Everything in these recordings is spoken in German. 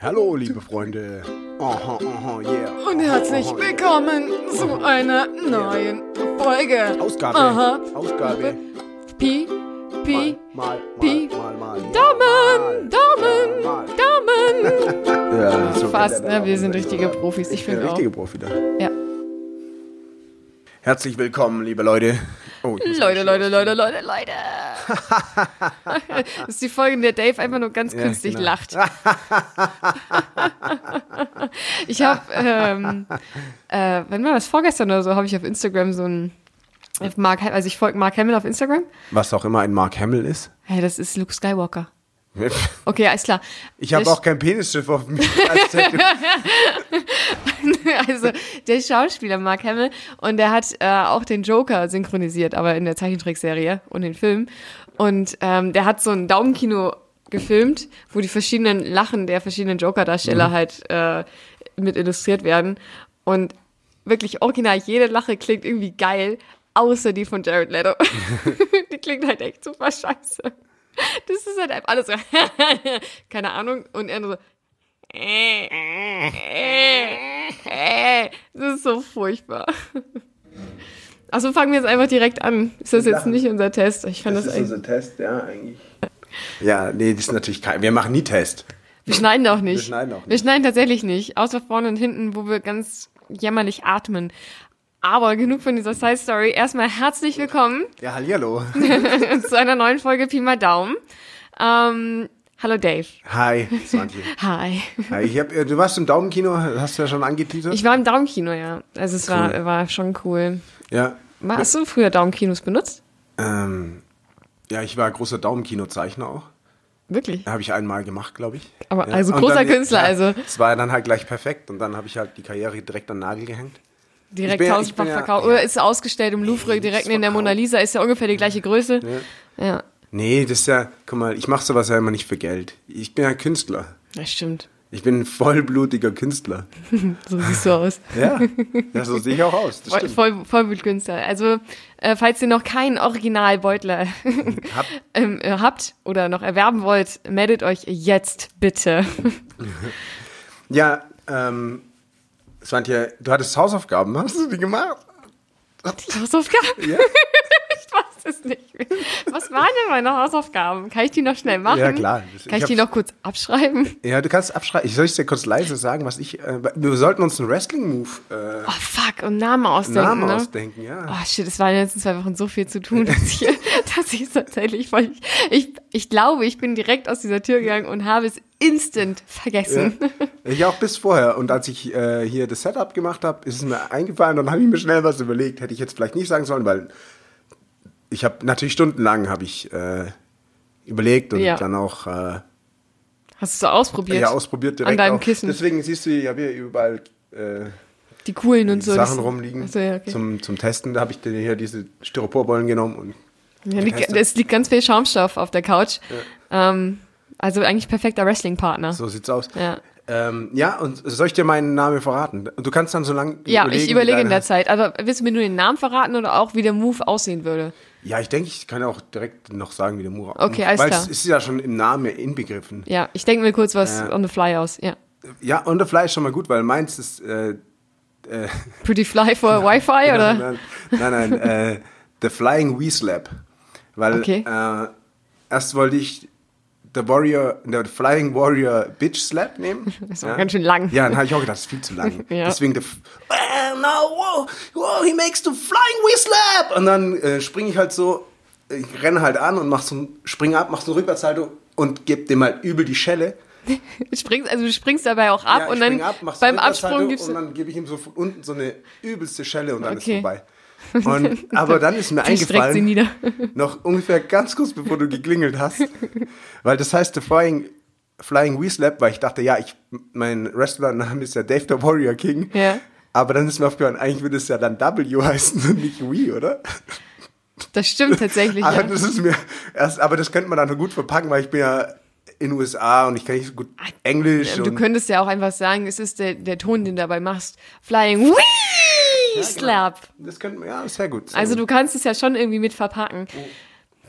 Hallo, liebe Freunde. Aha, aha, yeah. Und herzlich willkommen zu einer neuen Folge. Ausgabe. Aha. Ausgabe. Pi, Pi, Mal, mal, Pi. mal, mal. mal. Daumen, Daumen, Mal. Daumen. Ja, so Fast, geht der ne? Wir Daumen. sind richtige Profis. Ich Der finde auch. richtige Profi da. Ja. Herzlich willkommen, liebe Leute. Oh, ich muss- Leute, Leute, Leute, Leute, Leute. das ist die Folge, in der Dave einfach nur ganz Ja, künstlich genau. lacht. ich habe, ähm, äh, wenn war das vorgestern oder so, habe ich auf Instagram so ein auf Mark, also ich folge Mark Hamill auf Instagram. Was auch immer ein Mark Hamill ist. Hey, das ist Luke Skywalker. Okay, alles klar. Ich habe Das- auch kein Penisschiff auf mir. als Tattoo. Also der Schauspieler Mark Hamill und der hat äh, auch den Joker synchronisiert, aber in der Zeichentrickserie und den Film. Und ähm, der hat so ein Daumenkino gefilmt, wo die verschiedenen Lachen der verschiedenen Joker-Darsteller halt äh, mit illustriert werden. Und wirklich original, jede Lache klingt irgendwie geil, außer die von Jared Leto. die klingt halt echt super scheiße. Das ist halt einfach alles so, keine Ahnung, und er nur so, Äh, das ist so furchtbar. Also fangen wir jetzt einfach direkt an. Ist das jetzt Lachen. nicht unser Test? Ich fand das, eigentlich. unser Test, ja, eigentlich. Ja, nee, das ist natürlich kein. Wir machen nie Test. Wir schneiden auch nicht. Wir schneiden auch nicht. Wir schneiden tatsächlich nicht. Außer vorne und hinten, wo wir ganz jämmerlich atmen. Aber genug von dieser Side Story. Erstmal herzlich willkommen Ja, hallihallo. zu einer neuen Folge Pi mal Daumen. Ähm, hallo Dave. Hi, Santi. Hi. Hi, ich hab, äh, du warst im Daumenkino, hast du ja schon angeteasert? Ich war im Daumenkino, ja. Also es Cool. war, war schon cool. ja. Hast du früher Daumenkinos benutzt? Ähm, ja, ich war großer Daumenkino-Zeichner auch. Wirklich? Habe ich einmal gemacht, glaube ich. Aber ja. also Und großer dann- Künstler, also Es war dann halt gleich perfekt und dann habe ich halt die Karriere direkt an den Nagel gehängt. Ich direkt bin ja- ich tausendfach bin ja- verkauft. ja. Oder ist ausgestellt im Louvre, Nee, direkt ist neben der verkauft. Mona Lisa, ist ja ungefähr die gleiche Größe. ja. Nee, das ist ja, guck mal, ich mache sowas ja immer nicht für Geld. Ich bin ja Künstler. Das stimmt. Ich bin ein vollblutiger Künstler. So siehst du aus. Ja, ja so sehe ich auch aus. Das Voll, stimmt. voll, Vollblutkünstler. Also, äh, falls ihr noch keinen Originalbeutler Hab, ähm, äh, habt oder noch erwerben wollt, meldet euch jetzt bitte. ja, ähm, Swantje, du hattest Hausaufgaben, hast du die gemacht? Die Hausaufgaben? Ja. Ich weiß es nicht mehr. Was waren denn meine Hausaufgaben? Kann ich die noch schnell machen? Ja, klar. Ich Kann ich die hab's- noch kurz abschreiben? Ja, du kannst abschreiben. Ich soll ich dir kurz leise sagen, was ich. Äh, wir sollten uns einen Wrestling-Move äh, Oh, fuck. Und Namen ausdenken, Namen ne? ausdenken, ja. Oh shit, es waren in den letzten zwei Wochen so viel zu tun, dass ich, dass ich tatsächlich voll, ich, ich glaube, ich bin direkt aus dieser Tür gegangen und habe es instant Ja. vergessen. Ich auch bis vorher. Und als ich äh, hier das Setup gemacht habe, ist es mir eingefallen und habe ich mir schnell was überlegt. Hätte ich jetzt vielleicht nicht sagen sollen, weil ich habe natürlich stundenlang habe ich äh, überlegt und Ja. dann auch äh, Hast du es so ausprobiert? ja, ausprobiert direkt. An deinem auch. Kissen. Deswegen siehst du, ich habe hier überall äh, die coolen und so. das- Sachen rumliegen. Ach so, ja, okay. zum, zum Testen, da habe ich dir hier diese Styroporbollen genommen und ja, liegt, es liegt ganz viel Schaumstoff auf der Couch. Ähm, also eigentlich perfekter Wrestling-Partner. So sieht's aus. Ja. Ähm, ja, und soll ich dir meinen Namen verraten? Und Du kannst dann so lange ja, überlegen. ich überlege wie in der deine- Zeit. Aber willst du mir nur den Namen verraten oder auch, wie der Move aussehen würde? Ja, ich denke, ich kann auch direkt noch sagen, wie der Mura. Okay, alles Weil klar. es ist ja schon im Namen inbegriffen. Ja, ich denke mir kurz was Ja. on the fly aus. Ja. Ja, und der Fleisch schon mal gut, weil meins ist. Äh, Pretty fly for Genau. Wi-Fi oder? Nein, nein, nein äh, The Flying Weaslap. Weil Okay. äh, erst wollte ich The Warrior, The Flying Warrior Bitch Slap nehmen. Das ist auch ganz schön lang. Ja, dann habe ich auch gedacht, das ist viel zu lang. Ja. Deswegen The. F- Well, no, wow, wow, he makes the Flying Weaslap! Und dann äh, springe ich halt so, ich renne halt an und mach so ein, spring ab, mach so eine Rückwärtshaltung und geb dem halt übel die Schelle. Springst, also du springst dabei auch ab Ja, ich und dann spring ab, mach so beim eine Rückwärtshaltung Absprung gibst und du. dann gebe ich ihm so von unten so eine übelste Schelle und dann Okay. ist vorbei. Und, aber dann ist mir Die streckt eingefallen, sie nieder. noch ungefähr ganz kurz bevor du geklingelt hast, weil das heißt The Flying, Flying Weaslap, weil ich dachte, ja, ich, mein Wrestler-Name ist ja Dave the Warrior King. Ja. Aber dann ist mir aufgefallen, eigentlich würde es ja dann W heißen und nicht Wii, oder? Das stimmt tatsächlich. Aber ja. Ah, das ist mir erst, aber das könnte man dann gut verpacken, weil ich bin ja in den USA und ich kann nicht so gut Englisch. Ah, Du und könntest ja auch einfach sagen, es ist der, der Ton, den du dabei machst. Flying Wee Ja, genau. Slap. Das könnte man, ja, sehr gut. Sehr Also gut. Oh. du kannst es ja schon irgendwie mit verpacken.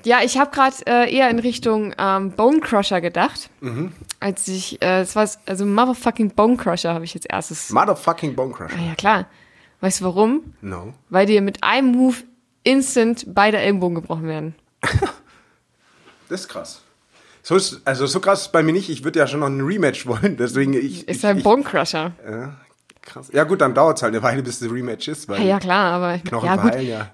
Ja, ich habe gerade äh, eher in Richtung ähm, Bone Crusher gedacht, Mhm. als ich, äh, es war, also Motherfucking Bone Crusher habe ich jetzt erstes. Motherfucking Bone Crusher. Ah, ja, klar. Weißt du warum? No. Weil dir mit einem Move instant beide Ellenbogen gebrochen werden. Das ist krass. So ist, also so krass ist bei mir nicht. Ich würde ja schon noch ein Rematch wollen. Deswegen ich. Ist ich, ein ich, Bone Crusher. ja, krass. Ja gut, dann dauert es halt eine Weile, bis das Rematch ist. Weil Ja, ja, klar, aber Knochen ja, gut. verheilen, ja.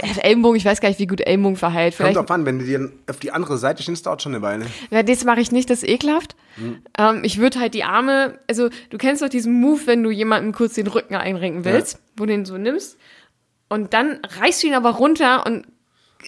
Äh, Ellenbogen, ich weiß gar nicht, wie gut Ellenbogen verheilt. Kommt Vielleicht, drauf an, wenn du dir auf die andere Seite schienst, dauert schon eine Weile. na, das mache ich nicht, das ist ekelhaft. Mhm. Ähm, ich würde halt die Arme, also du kennst doch diesen Move, wenn du jemandem kurz den Rücken einrenken willst, wo du ihn so nimmst und dann reißt du ihn aber runter und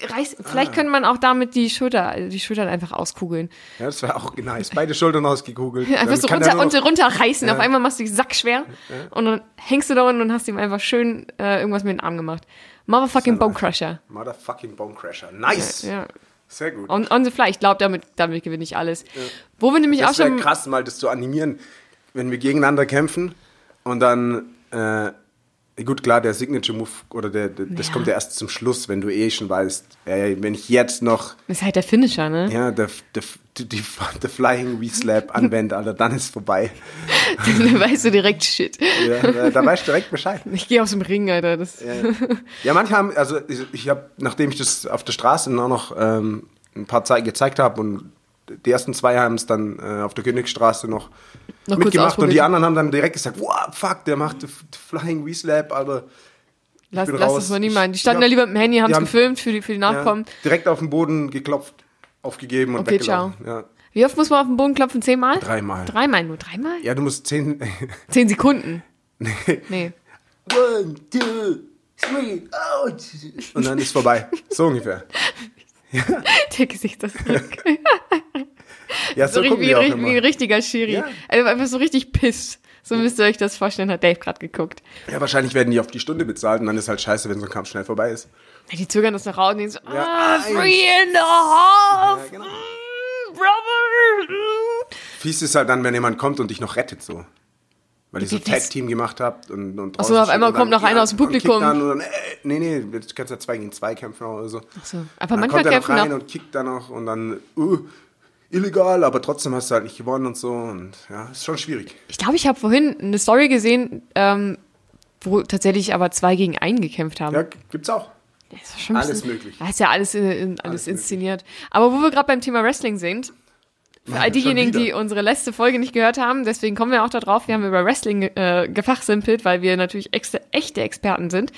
reißt, Ah. vielleicht könnte man auch damit die Schulter, also die Schultern einfach auskugeln. Ja, das wäre auch nice. Beide Schultern ausgekugelt. Einfach Dann so kann runter, der nur noch- runter, runterreißen. Auf einmal machst du dich sackschwer und dann hängst du da unten und hast ihm einfach schön äh, irgendwas mit dem Arm gemacht. Motherfucking Sehr nice. Bonecrusher. Motherfucking Bone Crusher. Nice. Ja. Sehr gut. On, on the fly. Ich glaube, damit, damit gewinne ich alles. Wo wir nämlich auch Das wäre schon. krass, mal das zu animieren, wenn wir gegeneinander kämpfen und dann, äh, gut, klar, der Signature Move oder der, der, das Ja. kommt ja erst zum Schluss, wenn du eh schon weißt, ey, wenn ich jetzt noch Ist halt der Finisher, ne? ja, der, der, die, die, der Flying Reslap anwende, Alter, dann ist vorbei. Dann weißt du direkt Shit. Ja, da, da weißt du direkt Bescheid. Ich gehe aus dem Ring, Alter. Das, Äh, Ja, manche haben, also ich, ich habe, nachdem ich das auf der Straße auch noch ähm, ein paar Zeiten gezeigt habe und die ersten zwei haben es dann äh, auf der Königsstraße noch, Noch kurz mitgemacht und die ausprobiert. anderen haben dann direkt gesagt, wow, fuck, der macht f- Flying Reslap, aber lass, bin lass raus. das mal nie Ich- machen. Die standen ja. ja lieber mit dem Handy, haben Die es haben- gefilmt für die, für die ja, Nachkommen. direkt auf den Boden geklopft, aufgegeben und Okay, weggelaufen. Ja, Wie oft muss man auf den Boden klopfen? Zehnmal? Dreimal. Dreimal, nur dreimal? ja, du musst zehn, Zehn Sekunden. nee, Nee. One, two, three, out. Und dann ist vorbei. So ungefähr. Der Gesichtsausdruck. Ja, so, so richtig, gucken wie, die auch ein- wie ein immer. richtiger Schiri. Ja. Also einfach so richtig pisst. So müsst ihr euch das vorstellen, hat Dave gerade geguckt. Ja, wahrscheinlich werden die auf die Stunde bezahlt und dann ist halt scheiße, wenn so ein Kampf schnell vorbei ist. Ja, Die zögern das nach raus und denken so, Ja, ah, eins. three and a half. Ja, genau. Mm, brother. mm. Fies ist halt dann, wenn jemand kommt und dich noch rettet, so. Weil ihr so Wie das- Tag-Team gemacht habt und, und Ach so, draußen auf einmal steht und kommt dann- noch einer aus dem und kickt Publikum. Dann und dann, äh, nee, nee, jetzt kannst du ja zwei gegen zwei kämpfen oder so. Ach so, aber dann manchmal kommt er noch kämpfen rein auch- und kickt dann noch und dann, uh, illegal, aber trotzdem hast du halt nicht gewonnen und so und ja, ist schon schwierig. Ich glaube, ich habe vorhin eine Story gesehen, ähm, wo tatsächlich aber zwei gegen einen gekämpft haben. Ja, gibt's auch. Das war schon ein alles bisschen- möglich. Da ist ja alles, in, in, alles, Alles möglich. inszeniert. Aber wo wir gerade beim Thema Wrestling sind, für all schon diejenigen, die wieder. unsere letzte Folge nicht gehört haben, deswegen kommen wir auch da drauf. Wir haben über Wrestling äh, gefachsimpelt, weil wir natürlich ex echte Experten sind.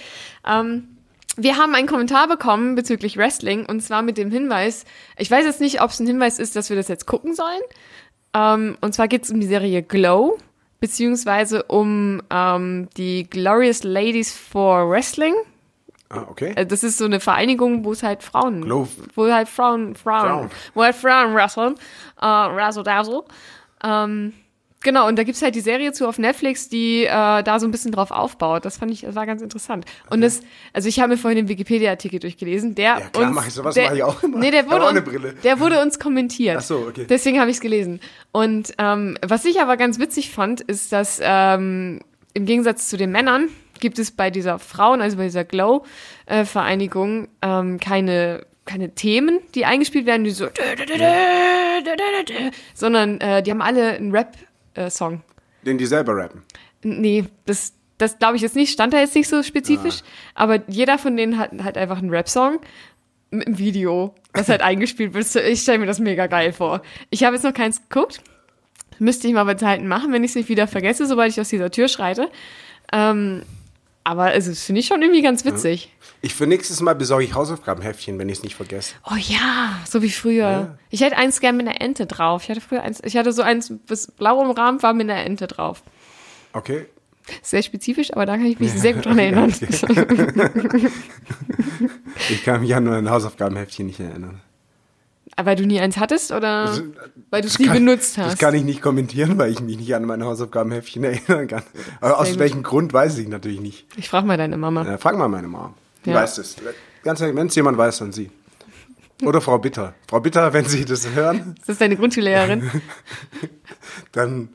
Ähm, wir haben einen Kommentar bekommen bezüglich Wrestling und zwar mit dem Hinweis, ich weiß jetzt nicht, ob es ein Hinweis ist, dass wir das jetzt gucken sollen. Ähm, und zwar geht es um die Serie Glow, beziehungsweise um ähm, die Glorious Ladies for Wrestling. Ah, okay. Also das ist so eine Vereinigung, wo es halt Frauen, Glow. wo halt Frauen, Frauen, Frauen. wo halt Frauen wresteln, äh, razzle dazzle. Ähm, genau, und da gibt's halt die Serie zu auf Netflix, die äh, da so ein bisschen drauf aufbaut. Das fand ich, das war ganz interessant. Und das, also ich habe mir vorhin den Wikipedia-Artikel durchgelesen, der Ja, klar, uns, mach ich, sowas der, mach ich auch immer. Nee, Ich der hab wurde, auch eine uns, Brille. der wurde uns kommentiert. Ach so, okay. Deswegen habe ich es gelesen. Und ähm, was ich aber ganz witzig fand, ist, dass ähm, im Gegensatz zu den Männern gibt es bei dieser Frauen, also bei dieser Glow-Vereinigung, ähm, keine keine Themen, die eingespielt werden, die so, sondern äh, die haben alle einen äh, Rap-Song. Den die selber rappen. Nee, das, das glaube ich jetzt nicht. Stand da jetzt nicht so spezifisch. Aber jeder von denen hat halt einfach einen Rap-Song mit einem Video, das halt eingespielt wird. Ich stelle mir das mega geil vor. Ich habe jetzt noch keins geguckt. Müsste ich mal bei Zeiten machen, wenn ich es nicht wieder vergesse, sobald ich aus dieser Tür schreite. Ähm, aber also, das finde ich schon irgendwie ganz witzig. Ich für nächstes Mal besorge ich Hausaufgabenheftchen, wenn ich es nicht vergesse. Oh ja, so wie früher. Ich hätte eins gern mit einer Ente drauf. Ich hatte früher eins, ich hatte so eins, das blau umrahmt war mit einer Ente drauf. Okay. Sehr spezifisch, aber da kann ich mich sehr gut dran erinnern. Ich kann mich an ein Hausaufgabenheftchen nicht erinnern. Ah, Weil du nie eins hattest oder Das- weil du Also, äh, das es nie kann- benutzt hast? Das kann ich nicht kommentieren, weil ich mich nicht an meine Hausaufgabenheftchen erinnern kann. Aber aus gut. welchem Grund weiß ich natürlich nicht. ich frage mal deine Mama. Äh, frag mal meine Mama. Die Ja. weiß es. Ganz ehrlich, wenn es jemand weiß, dann sie. Oder Frau Bitter. Frau Bitter, wenn Sie das hören, Ist das deine Grundschullehrerin? dann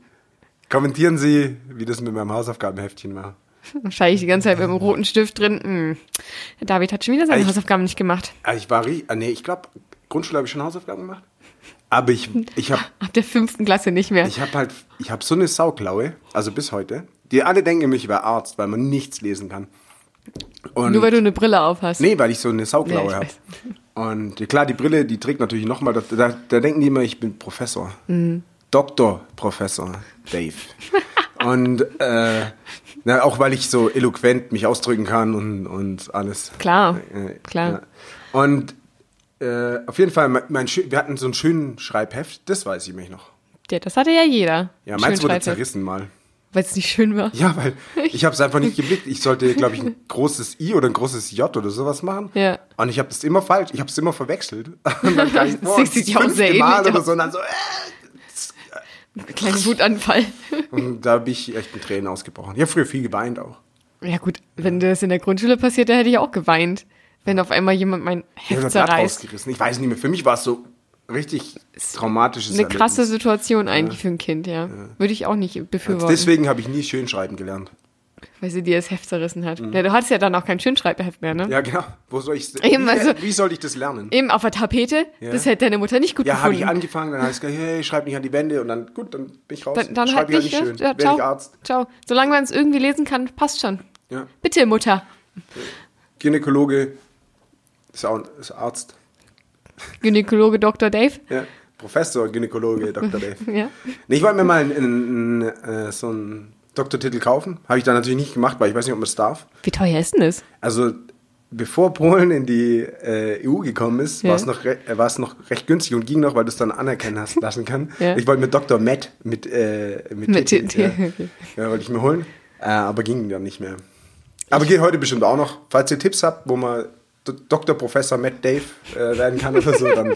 kommentieren Sie, wie das mit meinem Hausaufgabenheftchen war. Wahrscheinlich die ganze Zeit mit einem roten Stift drin. Hm. Der David hat schon wieder seine Ich- Hausaufgaben nicht gemacht. Ah, Ich war, ri- ah, nee, ich glaube, Grundschule habe ich schon Hausaufgaben gemacht. Aber ich, ich habe Ab der fünften Klasse nicht mehr. ich hab halt, ich habe so eine Sauklaue, also bis heute. Die alle denken mich über Arzt, weil man nichts lesen kann. Und Nur weil du eine Brille auf hast. nee, weil ich so eine Nee, Sauklaue ich habe. weiß. Und ja, klar, die Brille, die trägt natürlich nochmal, da, da, da denken die immer, ich bin Professor. Doktor Professor Dave. und äh, na, auch weil ich so eloquent mich ausdrücken kann und, und alles. Klar, Äh, klar. Ja. Und äh, auf jeden Fall, mein, mein, schö- wir hatten so einen schönen Schreibheft, das weiß ich mich noch. Ja, das hatte ja jeder. Ja, meins Schön wurde Schreibtisch. zerrissen mal. Weil es nicht schön war. Ja, weil ich habe es einfach nicht geblickt. Ich sollte, glaube ich, ein großes I oder ein großes J oder sowas machen. Ja. Und ich habe das immer falsch, ich habe es immer verwechselt. Und dann kam ich Das vor, sieht sich auch fünfte sehr ähnlich Mal oder aus. so und dann so. Äh. Kleiner Wutanfall. Und da bin ich echt in Tränen ausgebrochen. Ich habe früher viel geweint auch. Ja gut, wenn das in der Grundschule passiert, da hätte ich auch geweint. Wenn auf einmal jemand mein Ich Heft habe das Blatt zerreißt. rausgerissen. Ich weiß nicht mehr, für mich war es so richtig traumatisches Eine krasse Erlebnis. Situation eigentlich für ein Kind, ja. Würde ich auch nicht befürworten, Deswegen habe ich nie schön schreiben gelernt. weil sie dir das Heft zerrissen hat. Ja, du hattest ja dann auch kein Schönschreibheft mehr, ne? Mhm. Ja, genau. Wo soll ich Eben, wie, also- wie soll ich das lernen? Eben auf der Tapete, Ja. das hätte deine Mutter nicht gut Ja, habe gefunden. ich angefangen, dann heißt es, hey, schreib nicht an die Wände und dann, gut, dann bin ich raus. dann, dann halt schreib ich nicht, halt ne? nicht schön. ja, Werde ich ciao, Arzt. ciao. Solange man es irgendwie lesen kann, passt schon. Ja. Bitte, Mutter. Gynäkologe, ist auch ist Arzt. Gynäkologe Dr. Dave. Ja. Professor, Gynäkologe, Dr. Dave. Ja. Nee, ich wollte mir mal einen, einen, äh, so einen Doktortitel kaufen. Habe ich dann natürlich nicht gemacht, weil ich weiß nicht, ob man es darf. Wie teuer ist denn das? Also bevor Polen in die äh, EU gekommen ist, Ja. war es noch, re äh, war es noch recht günstig und ging noch, weil du es dann anerkennen hast, lassen kann. Ja. Ich wollte mir Dr. Matt mit, äh, mit, Mit T- T- ja. okay. ja, wollte ich mir holen, äh, aber ging dann nicht mehr. Aber geht heute bestimmt auch noch. Falls ihr Tipps habt, wo man D Dr. Professor Matt Dave äh, werden kann oder so, dann,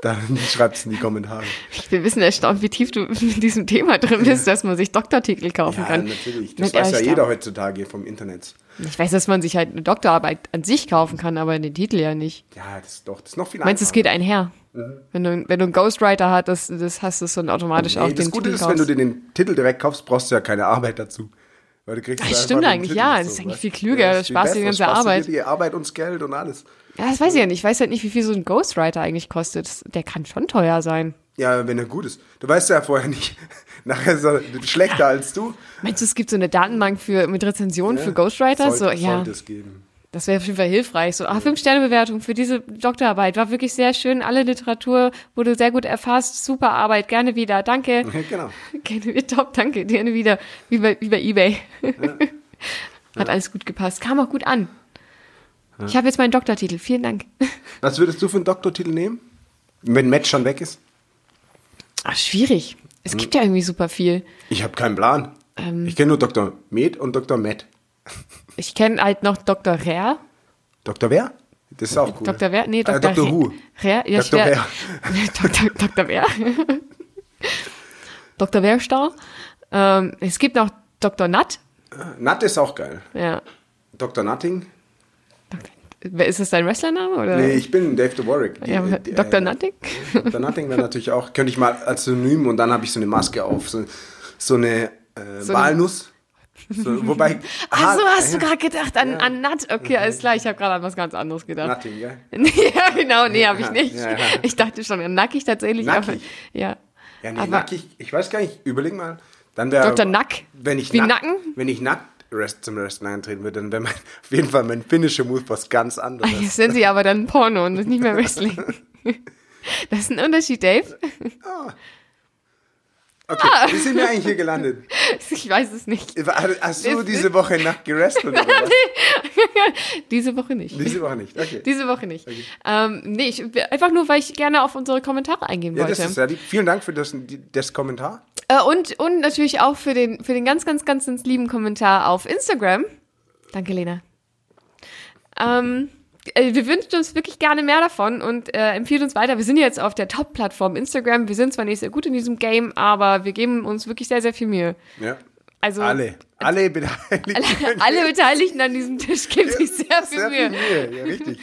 dann schreibt es in die Kommentare. Ich bin ein bisschen erstaunt, wie tief du in diesem Thema drin bist, dass man sich Doktortitel kaufen Ja, kann. natürlich. Mit Das weiß ja Ehrlich- jeder heutzutage vom Internet. Ich weiß, dass man sich halt eine Doktorarbeit an sich kaufen kann, aber den Titel ja nicht. Ja, das ist doch das ist noch viel Meinst du, es einfacher. geht einher? Wenn, du, wenn du einen Ghostwriter hast, das, das hast du schon automatisch Mhm. Nee, auf das den Gute Titel ist, kaufst. wenn du dir den Titel direkt kaufst, brauchst du ja keine Arbeit dazu. Weil du kriegst Das ja einfach stimmt den eigentlich, Titel ja. und Das ist so, eigentlich weißt viel du? klüger. Ja, Das ist viel sparst dir die besser. ganze Sparst dir Arbeit. Die Arbeit und das Geld und alles. ja, das weiß ich ja nicht. Ich weiß halt nicht, wie viel so ein Ghostwriter eigentlich kostet. Das- Der kann schon teuer sein. Ja, wenn er gut ist. Du weißt ja vorher nicht. Nachher ist er schlechter als du. Meinst du, es gibt so eine Datenbank für, mit Rezensionen Ja, für Ghostwriter? Sollte, so, ja, sollte es geben. das wäre auf jeden Fall hilfreich. So, ah, Fünf-Sterne-Bewertung für diese Doktorarbeit. War wirklich sehr schön. Alle Literatur wurde sehr gut erfasst. Super Arbeit. Gerne wieder. Danke. Ja, genau. Gerne wieder. Top. Danke. Gerne wieder. Wie bei, wie bei eBay. Hat alles gut gepasst. Kam auch gut an. Ich habe jetzt meinen Doktortitel. Vielen Dank. Was würdest du für einen Doktortitel nehmen? Wenn Matt schon weg ist? Ach, Ah, schwierig. Es gibt ja irgendwie super viel. Ich habe keinen Plan. Ähm. ich kenne nur Dr. Med und Dr. Matt. Ich kenne halt noch Dr. Rare. Dr. Wer? Das ist auch cool. Dr. Wer? Nee, Dr. Äh, Dr. Who. Rare? Ja, Dr. Dr. Wer. Dr. Dr. Wer? Dr. Werstau. Ähm, es gibt noch Dr. Nutt. Nut ist auch geil. Ja. Dr. Nutting? Wer- Ist das dein Wrestlername? Oder? Nee, ich bin Dave the Warwick. Äh, ja, Äh, Dr. äh, Nutting? Dr. Nothing wäre natürlich auch, könnte ich mal als Synonym und dann habe ich so eine Maske auf, so, so eine äh, So eine- Walnuss. So, wobei. Ach so, aha, hast du äh, gerade gedacht an, an Nut? Okay, Mhm. alles klar, ich habe gerade an was ganz anderes gedacht. Nothing, gell? ja, genau, nee, habe ich nicht. Ja, ja. Ich dachte schon an nackig tatsächlich. Nackig? Aber, ja. Ja, nee, Aber- nackig, ich weiß gar nicht, überleg mal. Dann wäre. Dr. Nack? Wenn ich Wie nack- Nacken? Wenn ich nackt rest, zum Wrestling eintreten würde, dann wäre mein, auf jeden Fall mein finnischer Move was ganz anderes. Jetzt sind sie aber dann Porno und nicht mehr Wrestling. Das ist ein Unterschied, Dave. Okay, Ah. wie sind wir eigentlich hier gelandet? Ich weiß es nicht. Hast du Ist- diese Woche nackt gerestelt oder was? Diese Woche nicht. Diese Woche nicht, okay. Diese Woche nicht. Ähm, nee, ich, einfach nur, weil ich gerne auf unsere Kommentare eingehen Ja, das wollte. ist ja lieb. Vielen Dank für das, das Kommentar. Äh, und, und natürlich auch für den, für den ganz, ganz, ganz, ganz lieben Kommentar auf Instagram. Danke, Lena. Ähm, äh, wir wünschen uns wirklich gerne mehr davon und äh, empfehlen uns weiter. Wir sind jetzt auf der Top-Plattform Instagram. Wir sind zwar nicht sehr gut in diesem Game, aber wir geben uns wirklich sehr, sehr viel Mühe. Ja. Also Alle, alle Beteiligten. alle Beteiligten an diesem Tisch geben sich sehr viel Sehr Mühe. viel Mühe, ja, richtig.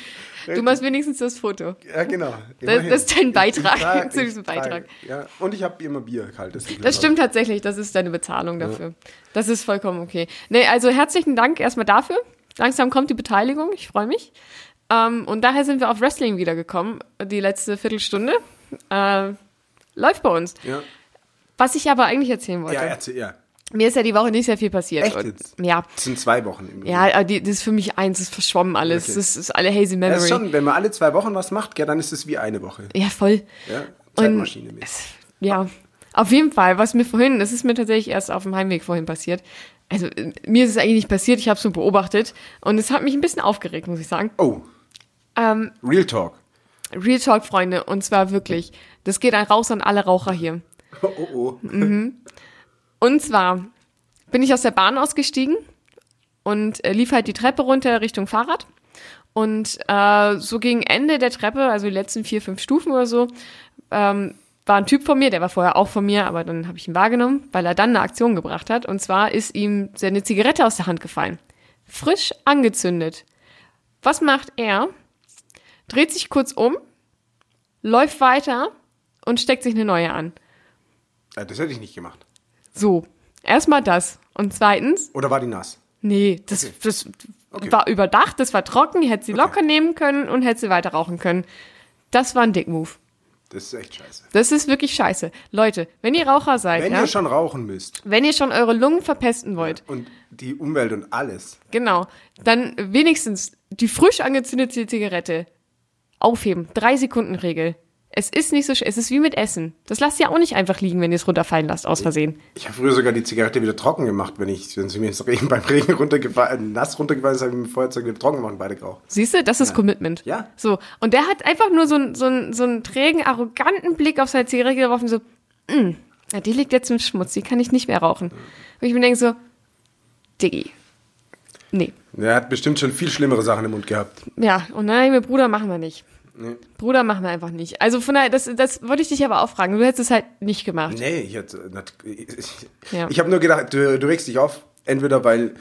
Du machst wenigstens das Foto. Ja, genau. Das, Immerhin. das ist dein Beitrag Ich trage- zu ich diesem trage- Beitrag. Ja. Und ich habe immer Bier, kaltes Bier. Das stimmt tatsächlich, das ist deine Bezahlung dafür. Das ist vollkommen okay. Nee, also herzlichen Dank erstmal dafür. Langsam kommt die Beteiligung, ich freue mich. Ähm, und daher sind wir auf Wrestling wiedergekommen, die letzte Viertelstunde. Äh, läuft bei uns. Ja, Was ich aber eigentlich erzählen wollte, ja erzähl, ja. mir ist ja die Woche nicht sehr viel passiert. Echt Und- jetzt? Ja. Das sind zwei Wochen im Ja, aber die, das ist für mich eins, das ist verschwommen alles. Okay. Das ist alle hazy Das ist memory. schon, wenn man alle zwei Wochen was macht, ja, dann ist es wie eine Woche. ja, voll. Ja, Und- Zeitmaschine mäßig. Ja, auf jeden Fall. Was mir vorhin, das ist mir tatsächlich erst auf dem Heimweg vorhin passiert. Also äh, mir ist es eigentlich nicht passiert, ich habe es nur beobachtet und es hat mich ein bisschen aufgeregt, muss ich sagen. Oh, Ähm, Real Talk. Real Talk, Freunde, und zwar wirklich. Das geht ein raus an alle Raucher hier. Oh, oh, oh. Und zwar bin ich aus der Bahn ausgestiegen und äh, lief halt die Treppe runter Richtung Fahrrad. Und äh, so gegen Ende der Treppe, also die letzten vier, fünf Stufen oder so, ähm, war ein Typ von mir, der war vorher auch von mir, aber dann habe ich ihn wahrgenommen, weil er dann eine Aktion gebracht hat. Und zwar ist ihm seine Zigarette aus der Hand gefallen. Frisch angezündet. Was macht er? Dreht sich kurz um, läuft weiter und steckt sich eine neue an. Ja, das hätte ich nicht gemacht. So, erstmal das. Und zweitens, Oder war die nass? nee, das, das Okay. war überdacht, das war trocken, hätte sie locker nehmen können und hätte sie weiter rauchen können. Das war ein Dickmove. Das ist echt scheiße. Das ist wirklich scheiße. Leute, wenn ihr Raucher seid, Wenn ja, ihr schon rauchen müsst wenn ihr schon eure Lungen verpesten wollt, und die Umwelt und alles, genau, dann wenigstens die frisch angezündete Zigarette aufheben. Drei Sekunden Regel. Es ist nicht so, sch- es ist wie mit Essen. Das lasst ihr auch nicht einfach liegen, wenn ihr es runterfallen lasst, Äh, aus Versehen. Ich habe früher sogar die Zigarette wieder trocken gemacht, wenn ich, wenn sie mir ins Regen, beim Regen runtergefallen, nass runtergefallen ist, habe ich mit dem Feuerzeug wieder trocken gemacht und beide grau. Siehst du, das ist Commitment. Ja. So. Und der hat einfach nur so, einen- so, einen- so einen trägen, arroganten Blick auf seine Zigarette geworfen, so, "Mm, na, die liegt jetzt im Schmutz, die kann ich nicht mehr rauchen. Und ich mir denke so, Diggi. Nee. Er hat bestimmt schon viel schlimmere Sachen im Mund gehabt. Ja, und dann mit Bruder machen wir nicht. Nee. Bruder machen wir einfach nicht. Also von daher, das, das wollte ich dich aber auch fragen. Du hättest es halt nicht gemacht. Nee, ich hätte. nat- Ich, Ja. ich habe nur gedacht, du, du regst dich auf, entweder weil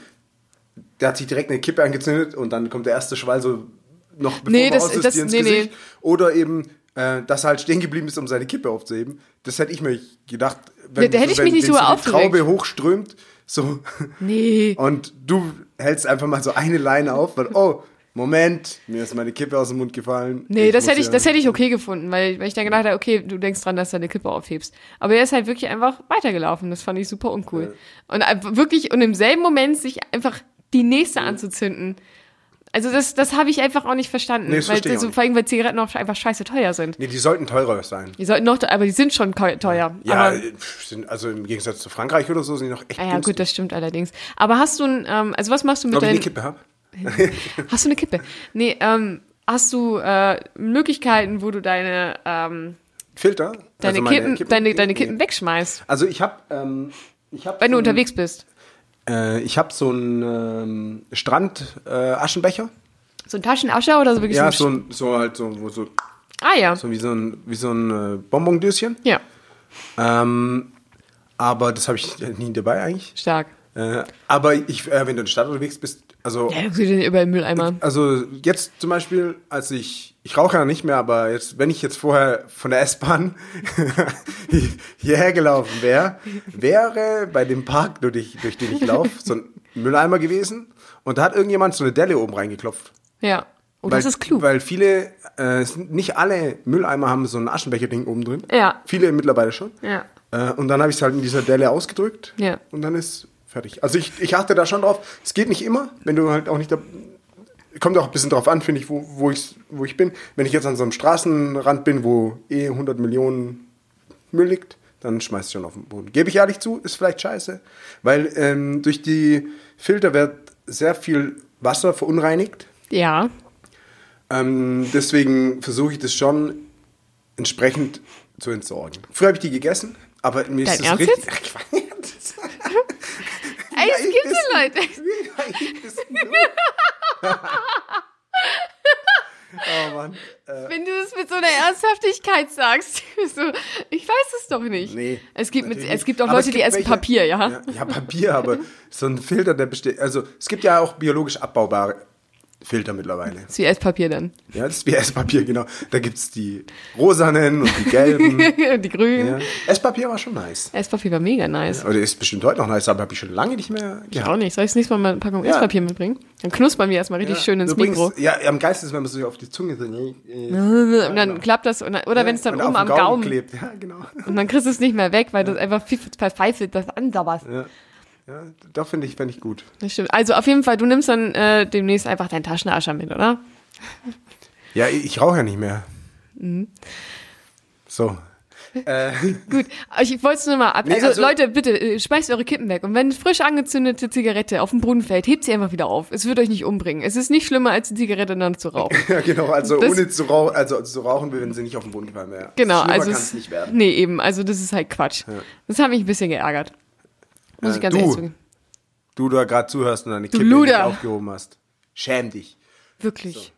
der hat sich direkt eine Kippe angezündet und dann kommt der erste Schwall so noch bevor Nee, man das- aus ist, das- dir ins nee, nee. Gesicht. Oder eben, äh, dass er halt stehen geblieben ist, um seine Kippe aufzuheben. Das hätte ich mir gedacht, wenn, Ja, da hätte ich mich nicht wenn so drüber die aufgeregt. Traube hochströmt, so Nee. Und du hältst einfach mal so eine Leine auf, weil, oh, Moment, mir ist meine Kippe aus dem Mund gefallen. Nee, das muss hätte ich, ja- das hätte ich okay gefunden, weil, weil ich dann gedacht habe, okay, du denkst dran, dass du deine Kippe aufhebst. Aber er ist halt wirklich einfach weitergelaufen. Das fand ich super uncool. Und einfach wirklich, und im selben Moment sich einfach die nächste anzuzünden. Also das, das habe ich einfach auch nicht verstanden. Nee, das weil, verstehe ich also, auch nicht. Vor allem, weil Zigaretten auch einfach scheiße teuer sind. Nee, die sollten teurer sein. Die sollten noch, aber die sind schon keu- teuer. Ja, aber, pf, sind, also im Gegensatz zu Frankreich oder so sind die noch echt ah ja, günstig. gut, das stimmt allerdings. Aber hast du ein, ähm, also was machst du mit Ob ich eine deinen, Kippe habe? Hast du eine Kippe? Nee, ähm, hast du äh, Möglichkeiten, wo du deine, ähm, Filter? deine Also meine Kippen, deine, deine Kippen Nee. wegschmeißt? Also ich habe ähm, ich hab Wenn du so ein- unterwegs bist. Äh, ich habe so einen ähm, Strand-Aschenbecher. So ein Taschenascher oder so wirklich ja, so so, ein ein, so halt so, wo so, Ah ja. so wie so ein, wie so ein äh, Bonbondöschen. Ja, Ähm, aber das habe ich nie dabei eigentlich. stark. Äh, aber ich, äh, wenn du in der Stadt unterwegs bist, also, Ja, du siehst den überall im Mülleimer. also jetzt zum Beispiel, als ich, ich rauche ja nicht mehr, aber jetzt, wenn ich jetzt vorher von der S-Bahn hierher gelaufen wäre, wäre bei dem Park, durch, den ich- durch den ich laufe, so ein Mülleimer gewesen und da hat irgendjemand so eine Delle oben reingeklopft. Ja. Oh, das weil, ist klug. Weil viele, äh, es sind- nicht alle Mülleimer haben so ein Aschenbecher-Ding oben drin. Ja. Viele mittlerweile schon. Ja. Äh, und dann habe ich es halt in dieser Delle ausgedrückt. Ja. Und dann ist fertig. Also ich, ich achte da schon drauf. Es geht nicht immer, wenn du halt auch nicht da. Kommt auch ein bisschen drauf an, finde ich, wo, wo, ich, wo ich bin. Wenn ich jetzt an so einem Straßenrand bin, wo eh 100 Millionen Müll liegt, dann schmeiß ich schon auf den Boden. Gebe ich ehrlich zu, ist vielleicht scheiße. Weil ähm, durch die Filter wird sehr viel Wasser verunreinigt. ja. Ähm, deswegen versuche ich das schon entsprechend zu entsorgen. Früher habe ich die gegessen, aber mir Dein ist das Ernst richtig. Ach, Quatsch. Ey, es ich gibt wissen. ja Leute. Ich weiß nicht. oh Mann. Wenn du das mit so einer Ernsthaftigkeit sagst, so, ich weiß es doch nicht. Nee. Es gibt, mit, natürlich es nicht. gibt auch Aber Leute, die gibt essen welche- Papier, ja? ja? Ja, Papier, aber so ein Filter, der besteht. Also, es gibt ja auch biologisch abbaubare Filter mittlerweile. Das ist wie Esspapier dann. Ja, das ist wie Esspapier, genau. Da gibt es die rosanen und die gelben. die grünen. ja. Esspapier war schon nice. Esspapier war mega nice. Oder ist bestimmt heute noch nice, aber habe ich schon lange nicht mehr Ich gehabt. Auch nicht. Soll ich das nächste Mal mal eine Packung Ja. Esspapier mitbringen? Dann knuspern wir erstmal richtig schön ins du bringst- Mikro. Ja, am Geist ist, wenn man so auf die Zunge so, nee, äh, Und dann klappt das. Und dann, oder wenn es dann und oben auf am den Gaumen, klebt. Ja, genau. Und dann kriegst du es nicht mehr weg, weil du es einfach viel verpfeifelt das andauerst. Ja, doch finde ich, finde ich gut. Das stimmt. Also auf jeden Fall, du nimmst dann äh, demnächst einfach deinen Taschenascher mit, oder? Ja, ich, ich rauche ja nicht mehr. Mhm. So. Gut, ich wollte es nur mal ab. Nee, also, also- Leute, bitte, äh, schmeißt eure Kippen weg. Und wenn frisch angezündete Zigarette auf den Boden fällt, hebt sie einfach wieder auf. Es wird euch nicht umbringen. Es ist nicht schlimmer, als die Zigarette dann zu rauchen. Ja, genau, also Das- ohne zu rauchen, also zu rauchen, wenn sie nicht auf den Boden gefallen wäre. Genau, Schlimmer also kann es- es nicht werden. Nee, eben, also das ist halt Quatsch. Das hat mich ein bisschen geärgert. Muss Äh, ich ganz du, ehrlich sagen. Du, du da gerade zuhörst und deine Kippe nicht Luder. aufgehoben hast. Schäm dich. Wirklich.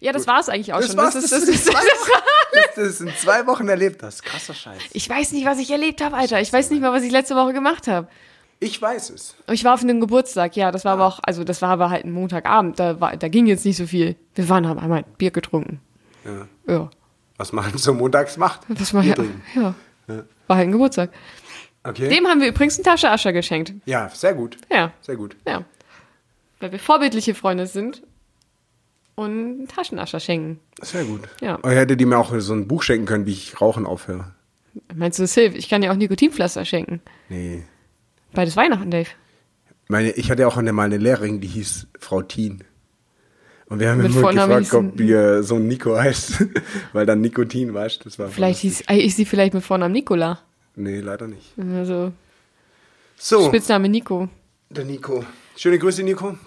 Ja, das war es eigentlich auch Das schon. war's, das ist, das das ist- ist, das ist, Dass du das in zwei Wochen erlebt hast. Krasser Scheiß. ich weiß nicht, was ich erlebt habe, Alter. Ich weiß nicht mal, was ich letzte Woche gemacht habe. Ich weiß es. Aber Ich war auf einem Geburtstag, ja, Ah. das war aber auch, also das war aber halt ein Montagabend, da, war, da ging jetzt nicht so viel. Wir waren, haben einmal Bier getrunken. Ja. Ja, Was man so montags macht. das war Bier ja, trinken. ja, war halt ein Geburtstag. Okay. Dem haben wir übrigens einen Tasche Ascher geschenkt. ja, sehr gut. Ja, Sehr gut. ja. Weil wir vorbildliche Freunde sind und einen Taschenascher schenken. Sehr gut. Ja. Oh, hätte die mir auch so ein Buch schenken können, wie ich Rauchen aufhöre. Meinst du, das hilft? Ich kann ja auch Nikotinpflaster schenken. Nee. Beides Weihnachten, Dave. Meine, ich hatte auch eine, mal eine Lehrerin, die hieß Frau Thien. Und wir haben Mit immer Vornamen gefragt, ob hießen- ihr so ein Nico heißt. Weil dann Nikotin, weißt du, das war. Vielleicht hieß äh, ich sie vielleicht mit Vornamen Nicola. Nee, leider nicht. Also So, Spitzname Nico. der Nico. Schöne Grüße, Nico.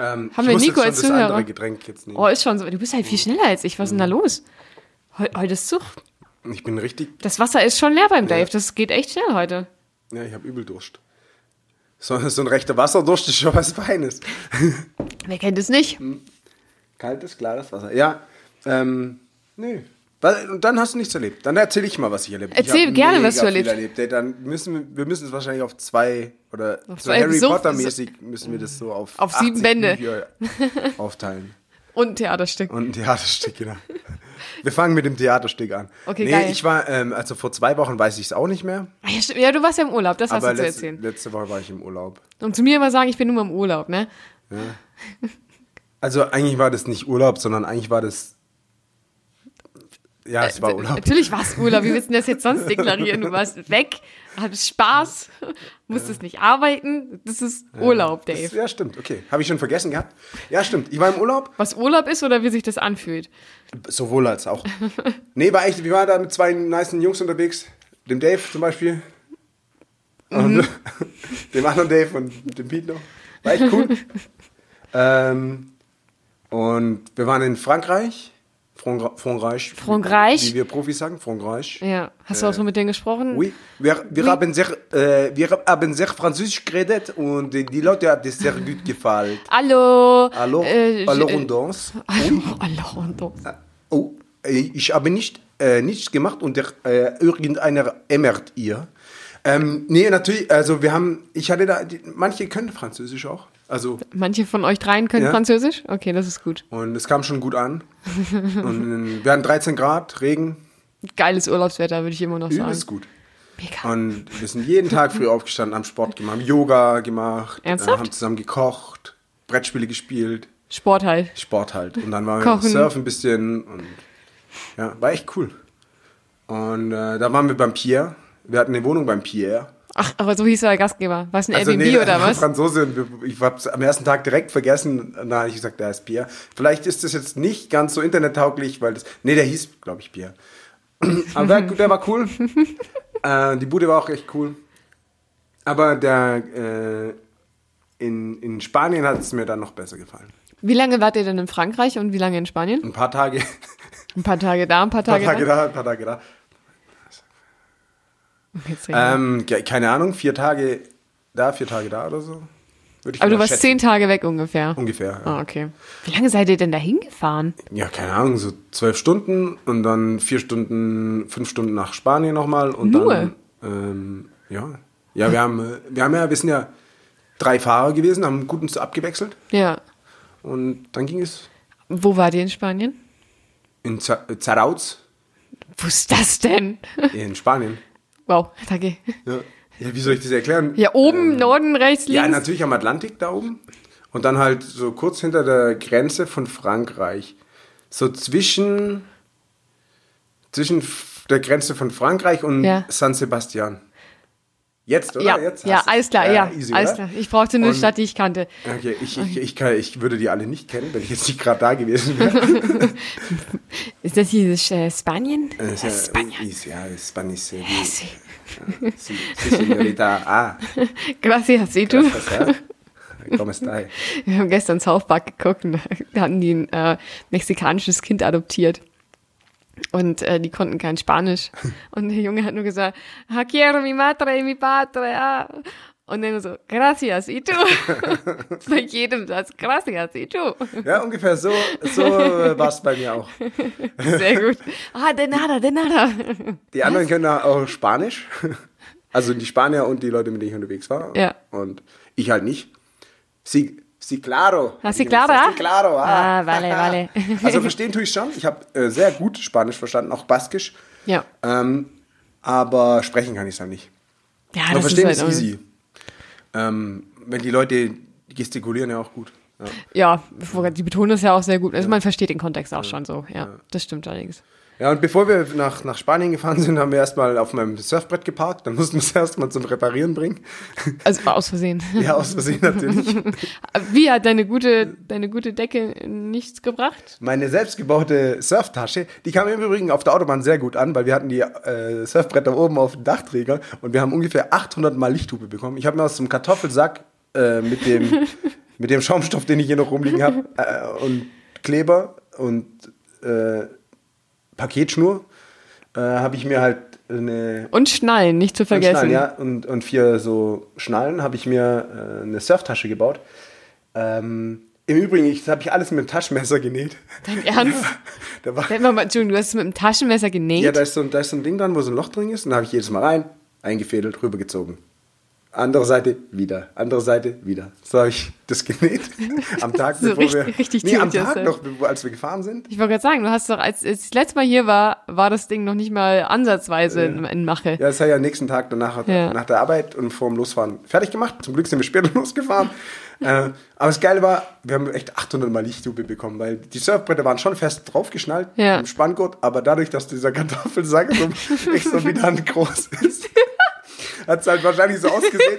Ähm, Haben ich wir muss Nico jetzt schon als das Zuhörer? andere Getränk jetzt nehmen. Oh, ist schon so. Du bist halt Mhm. viel schneller als ich. Was ist denn da los? Heu- Heute ist Zug. Ich bin richtig. Das Wasser ist schon leer beim Dave. Das geht echt schnell heute. Ja, ich habe übel Durst. So, so ein rechter Wasserdurst ist schon was Feines. Wer kennt es nicht? Mhm. Kaltes, klares Wasser. Ja. Ähm, nee. Weil- Und dann hast du nichts erlebt. Dann erzähle ich mal, was ich erlebt habe. Erzähl gerne, was du erlebt hast. erlebt. Ey, Dann müssen wir, wir müssen es wahrscheinlich auf zwei oder Auf so zwei Harry Suff- Potter-mäßig müssen wir das so auf, Auf sieben 80 Bände. Bücher aufteilen. Und ein Theaterstück. Und ein Theaterstück, genau. Wir fangen mit dem Theaterstück an. Okay, geil. ich war, ähm, also vor zwei Wochen weiß ich es auch nicht mehr. Ah, Ja, stimmt. ja, du warst ja im Urlaub. Das hast aber du zu letzte, erzählen. letzte Woche war ich im Urlaub. Und zu mir immer sagen, ich bin nur mal im Urlaub, ne? Also eigentlich war das nicht Urlaub, sondern eigentlich war das. Äh, Ja, es war Urlaub. Natürlich war es Urlaub. Wie willst du denn das jetzt sonst deklarieren? Du warst weg, hattest Spaß, musstest nicht arbeiten. Das ist Urlaub, Das, Dave. ja, stimmt. Okay. Habe ich schon vergessen gehabt. Ja, stimmt. Ich war im Urlaub. Was Urlaub ist oder wie sich das anfühlt. Sowohl als auch. Nee, war echt, wir waren da mit zwei nicen Jungs unterwegs. Dem Dave zum Beispiel. Mhm. Und dem anderen Dave und dem Pete noch. War echt cool. ähm, und wir waren in Frankreich. Frangra- Frankreich. Frankreich. Wie wir Profis sagen, Frankreich. Ja. Hast du auch so mit denen gesprochen? Äh, Oui, wir, wir, Oui. Haben sehr, äh, wir haben sehr französisch geredet und die die Leute hat es sehr gut gefallen. Hallo. Alors, Äh, alors je- on danse. Hallo, hallo und du. Oh, äh, ich habe nicht, äh, nichts gemacht und der, äh, irgendeiner ämmert ihr. Ähm, nee, natürlich, also wir haben, ich hatte da, die, manche können Französisch auch. Also, Manche von euch dreien können Ja. Französisch? Okay, das ist gut. und es kam schon gut an. Und äh, wir hatten 13 Grad, Regen, Geiles Urlaubswetter, würde ich immer noch sagen. übelst gut. Mega. Und wir sind jeden Tag früh aufgestanden, haben Sport gemacht, haben Yoga gemacht, äh, Ernsthaft? haben zusammen gekocht, Brettspiele gespielt, Sport halt. Sport halt. Und dann waren wir Kochen. surfen ein bisschen und ja, war echt cool. Und äh, da waren wir beim Pierre. Wir hatten eine Wohnung beim Pierre. Ach, aber so hieß der Gastgeber. War es ein Airbnb Also nee, oder was? Franzose. Und wir- Ich hab's am ersten Tag direkt vergessen. Und Da habe ich gesagt, der ist Pierre. Vielleicht ist das jetzt nicht ganz so internettauglich, weil das. Nee, der hieß, glaube ich, Pierre. Aber der, der war cool. äh, die Bude war auch echt cool. Aber der, äh, in, in Spanien hat es mir dann noch besser gefallen. Wie lange wart ihr denn in Frankreich und wie lange in Spanien? Ein paar Tage, Ein paar Tage da, ein paar paar Tage, Tage da. da, ein paar Tage da. Jetzt reden wir. Ähm, ge- keine Ahnung, vier Tage da, vier Tage da oder so. Würde ich aber du mal warst schätzen. zehn Tage weg ungefähr. Ungefähr. Ja. Ah, okay. Wie lange seid ihr denn da hingefahren? ja, keine Ahnung, so zwölf Stunden und dann vier Stunden, fünf Stunden nach Spanien nochmal und Nur? dann. Ähm, ja. Ja, wir haben, äh, wir haben ja, wir sind ja drei Fahrer gewesen, haben gut uns abgewechselt Ja. Und dann ging es Wo war die in Spanien? in Za- äh, Zarauz Wo ist das denn? in Spanien. Wow, danke. Ja. ja, wie soll ich das erklären? Ja, oben, Norden, rechts, links. Ähm, Ja, natürlich am Atlantik da oben. Und dann halt so kurz hinter der Grenze von Frankreich. So zwischen, zwischen f- der Grenze von Frankreich und Ja. San Sebastian. Jetzt, oder? Ja, Jetzt ja hast du's. alles klar, Äh, ja, easy, alles oder? klar. Ich brauchte eine Und- Stadt, die ich kannte. Okay, ich, ich, ich, kann, ich würde die alle nicht kennen, wenn ich jetzt nicht gerade da gewesen wäre. Ist das dieses äh, Spanien? Äh, ist Ja, ja- Spanien. ist Ja, Spanisch. äh, Ja, wie- sí. Sí, sí, señorita. Ah, Gracias, sieh du. gracias, ja. ¿Cómo está? Wir haben gestern South Park geguckt und da hatten die ein äh, mexikanisches Kind adoptiert. Und äh, die konnten kein Spanisch. Und der Junge hat nur gesagt, "Ah, quiero mi madre y mi padre. Ah. Und dann so, gracias, y tú. Bei jedem Satz, gracias, y tú. Ja, ungefähr so, so war es bei mir auch. Sehr gut. Ah, de nada, de nada. Die anderen können da auch Spanisch. Also die Spanier und die Leute, mit denen ich unterwegs war. Ja. Und ich halt nicht. Sie, sie claro. Ah, sí, claro, ah? Sie claro, ah. Ah, vale, vale. Also verstehen tue ich schon. Ich habe äh, sehr gut Spanisch verstanden, auch Baskisch. Ja. Ähm, aber sprechen kann ich es halt nicht. Ja, aber ist verstehen halt ist irgendwie- easy. Ähm, wenn die Leute gestikulieren, ja auch gut. Ja. Ja, vor- die betonen das ja auch sehr gut. Also man versteht den Kontext auch schon so. Ja, das stimmt allerdings. Ja, und bevor wir nach, nach Spanien gefahren sind, haben wir erstmal auf meinem Surfbrett geparkt. Dann mussten wir es erstmal zum Reparieren bringen. Also aus Versehen. Ja, aus Versehen natürlich. Wie hat deine gute, deine gute Decke nichts gebracht? Meine selbstgebaute Surftasche, die kam im Übrigen auf der Autobahn sehr gut an, weil wir hatten die äh, Surfbretter oben auf dem Dachträger und wir haben ungefähr 800 Mal Lichthupe bekommen. Ich habe mir aus dem Kartoffelsack äh, mit, dem, mit dem Schaumstoff, den ich hier noch rumliegen habe, äh, und Kleber und äh, Paketschnur, äh, habe ich mir halt eine Und Schnallen, nicht zu und vergessen. Schnallen, ja, und, und vier so Schnallen habe ich mir äh, eine Surftasche gebaut. Ähm, Im Übrigen, ich, das habe ich alles mit dem Taschenmesser genäht. Dein Ernst? Da war, Sag mal, mal, Entschuldigung, du hast es mit dem Taschenmesser genäht? ja, da ist, so, ein- da ist so ein Ding dran, wo so ein Loch drin ist. Und da habe ich jedes Mal rein, eingefädelt, rübergezogen. Andere Seite wieder, andere Seite wieder. So habe ich das genäht. Am Tag, So bevor wir. richtig- richtig nee, am Teenager Tag sein. noch, bevor- als wir gefahren sind. ich wollte gerade sagen, du hast doch, als, als ich das letzte Mal hier war, war das Ding noch nicht mal ansatzweise in, in Mache. Ja, das habe ich am nächsten Tag danach, Ja. nach der Arbeit und vor dem Losfahren fertig gemacht. Zum Glück sind wir später losgefahren. äh, aber das Geile war, wir haben echt 800 Mal Lichthupe bekommen, weil die Surfbretter waren schon fest draufgeschnallt Ja. im Spanngurt, aber dadurch, dass dieser Kartoffelsack so, echt so wie dann groß ist, hat es halt wahrscheinlich so ausgesehen,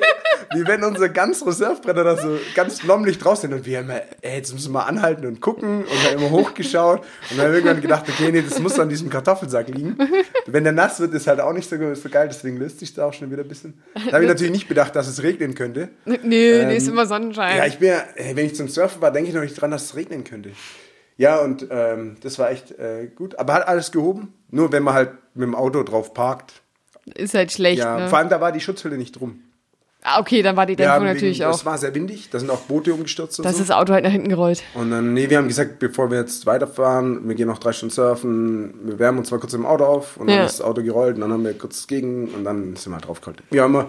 wie wenn unsere ganzen Surfbretter da so ganz lommelig drauf sind und wir immer, ey, jetzt müssen wir mal anhalten und gucken und dann immer hochgeschaut und dann irgendwann gedacht, okay, nee, das muss an diesem Kartoffelsack liegen. Wenn der nass wird, ist halt auch nicht so, so geil, deswegen löst sich da auch schon wieder ein bisschen. Da habe ich natürlich nicht bedacht, dass es regnen könnte. Nö, nee, ist immer Sonnenschein. Ähm, Ja, ich bin ja, ey, wenn ich zum Surfen war, denke ich noch nicht dran, dass es regnen könnte. Ja, und ähm, das war echt äh, gut. Aber hat alles gehoben. Nur wenn man halt mit dem Auto drauf parkt. ist halt schlecht, Ja, ne? vor allem da war die Schutzhülle nicht drum. Ah, okay, dann war die Ja, Dämpfung wegen- natürlich Es auch. war sehr windig, da sind auch Boote umgestürzt und Da ist so. das Auto halt nach hinten gerollt. Und dann, nee, wir haben gesagt, bevor wir jetzt weiterfahren, wir gehen noch drei Stunden surfen, wir wärmen uns mal kurz im Auto auf und Ja. dann ist das Auto gerollt und dann haben wir kurz gegen und dann sind wir halt draufgeholt. Ja, immer.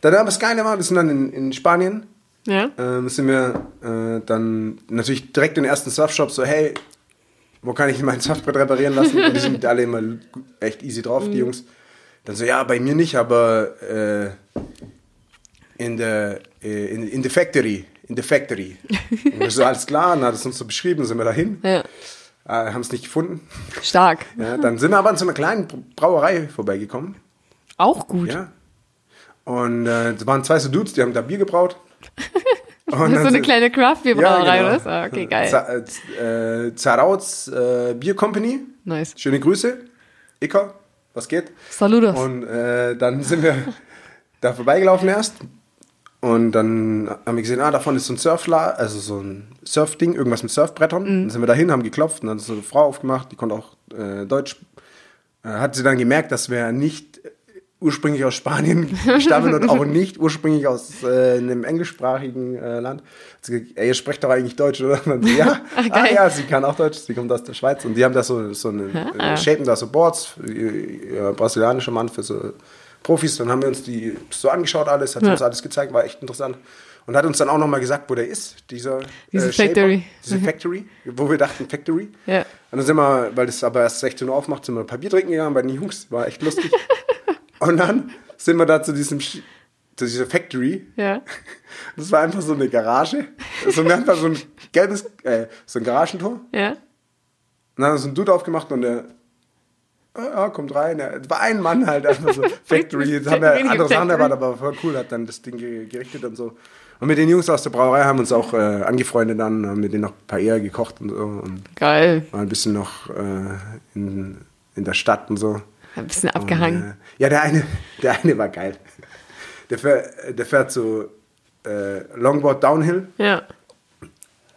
Dann haben wir das Geile war, wir sind dann in, in Spanien, Ja? ähm, sind wir äh, dann natürlich direkt in den ersten Surfshop so, hey, wo kann ich denn mein Surfbrett reparieren lassen? Und die sind alle immer gu- echt easy drauf, Mhm. die Jungs. Dann so, ja, bei mir nicht, aber äh, in der äh, in, in the factory, in the factory. Und wir so, alles klar, dann hat es uns so beschrieben, sind wir dahin, Ja. äh, haben es nicht gefunden. Stark. Ja, dann sind wir aber an so einer kleinen Brauerei vorbeigekommen. Auch gut. Ja. Und äh, es waren zwei so Dudes, die haben da Bier gebraut. Und Das ist so dann eine sind- kleine craft beer ja, brauerei genau. oder was? Ah, Okay, geil. Za- äh, Z- äh, Zarauz äh, Bier Company. Nice. Schöne Grüße. Icker, was geht? Saludos. Und äh, dann sind wir da vorbeigelaufen erst. Und dann haben wir gesehen, ah, davon ist so ein Surfla, also so ein Surfding, irgendwas mit Surfbrettern. Mhm. Dann sind wir dahin, haben geklopft und dann hat so eine Frau aufgemacht, die konnte auch äh, Deutsch. Äh, hat sie dann gemerkt, dass wir nicht ursprünglich aus Spanien stammen und auch nicht ursprünglich aus äh, einem englischsprachigen äh, Land. Hat sie gesagt, ey, ihr sprecht doch eigentlich Deutsch, oder? Und dann, sie, ja, ah, geil. ja, sie kann auch Deutsch, sie kommt aus der Schweiz und die haben da so, so eine, Ah. äh, shapen da so Boards, äh, äh, brasilianischer Mann für so Profis. Dann haben wir uns die so angeschaut alles, hat sie Ja. uns alles gezeigt, war echt interessant. Und Und hat uns dann auch nochmal gesagt, wo der ist, dieser äh, Diese Shaper, Factory. Mhm. Diese Factory, wo wir dachten Factory. Ja. Und dann sind wir, weil das aber erst 16 Uhr aufmacht, sind wir ein paar Bier trinken gegangen bei den Jungs. War echt lustig. und dann sind wir da zu diesem Sch- zu dieser Factory. Ja. Das war einfach so eine Garage. So ein, einfach so ein gelbes, äh, so ein Garagentor. Ja. Und dann hat so ein Dude aufgemacht und der ah, ja, kommt rein. Ja, Es war ein Mann halt einfach so. Factory. Jetzt haben wir Wenige andere Sachen Factory. erwartet, aber voll cool, hat dann das Ding ge- gerichtet und so. Und mit den Jungs aus der Brauerei haben uns auch äh, angefreundet dann, haben mit denen noch ein paar Eier gekocht und so. Und Geil. war ein bisschen noch äh, in, in der Stadt und so. Ein bisschen abgehangen. Und, äh, ja, der eine, der eine war geil. Der fährt, der fährt so äh, Longboard Downhill Ja.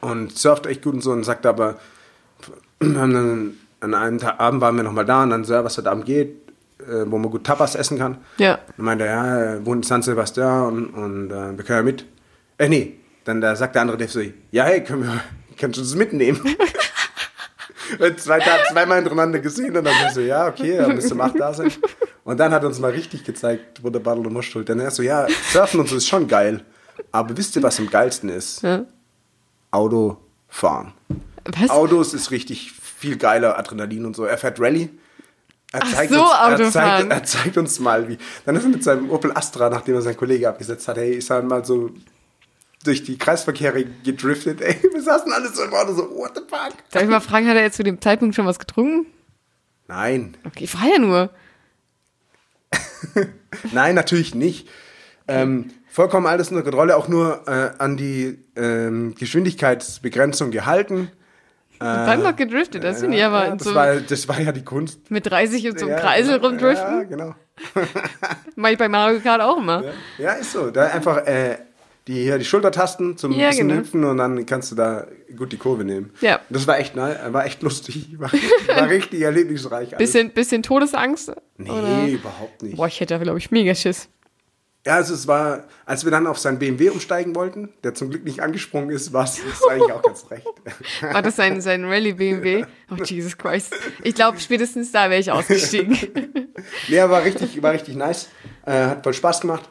und surft echt gut und so und sagt aber, wir haben dann, an einem Ta- Abend waren wir nochmal da und dann so, ja, was heute Abend geht, äh, wo man gut Tapas essen kann. Ja. Dann meinte er, ja, er wohnt in San Sebastian und, und äh, wir können ja mit. Äh, nee, dann da sagt der andere Dave so, ja, hey, können wir, kannst du uns mitnehmen? Und zwei Tage, zweimal hintereinander gesehen und dann war ich so, ja, okay, dann müsste um acht da sein. Und dann hat er uns mal richtig gezeigt, wo der Battle und Muschel. Dann er so, ja, Surfen und so ist schon geil. Aber wisst ihr, was am geilsten ist? ja. Auto fahren. ne? Was? Autos ist richtig viel geiler, Adrenalin und so. Er fährt Rallye. Er Ach so, er, Autofahren. zeigt, er zeigt uns mal, wie. Dann ist er mit seinem Opel Astra, nachdem er seinen Kollege abgesetzt hat, hey, ist er mal so durch die Kreisverkehre gedriftet. Ey, wir saßen alle so im Auto so, what the fuck? Darf ich mal fragen, hat er jetzt zu dem Zeitpunkt schon was getrunken? Nein, Okay, ich frage ja nur. nein, natürlich nicht. Ähm, vollkommen alles unter Kontrolle, auch nur äh, an die ähm, Geschwindigkeitsbegrenzung gehalten. Und dann noch gedriftet, das finde ich aber Äh, ja, in das, so, war, das war ja die Kunst. mit 30 in so einem Ja, Kreisel genau. rumdriften. Ja, genau. Mach ich bei Mario Kart auch immer. Ja, ist so. Da einfach äh, die, hier die Schultertasten zum Ja, bisschen genau. hüpfen und dann kannst du da gut die Kurve nehmen. Ja. Das war echt, ne, war echt lustig. War, war richtig erlebnisreich. alles. Bisschen, bisschen Todesangst. Nee, oder? überhaupt nicht. Boah, ich hätte da, glaube ich, mega Schiss. Ja, also es war, als wir dann auf seinen BMW umsteigen wollten, der zum Glück nicht angesprungen ist, war es das war eigentlich auch ganz recht. War das sein, sein Rallye-BMW? Oh, Jesus Christ. Ich glaube, spätestens da wäre ich ausgestiegen. Nee, aber war richtig, war richtig nice. Äh, hat voll Spaß gemacht.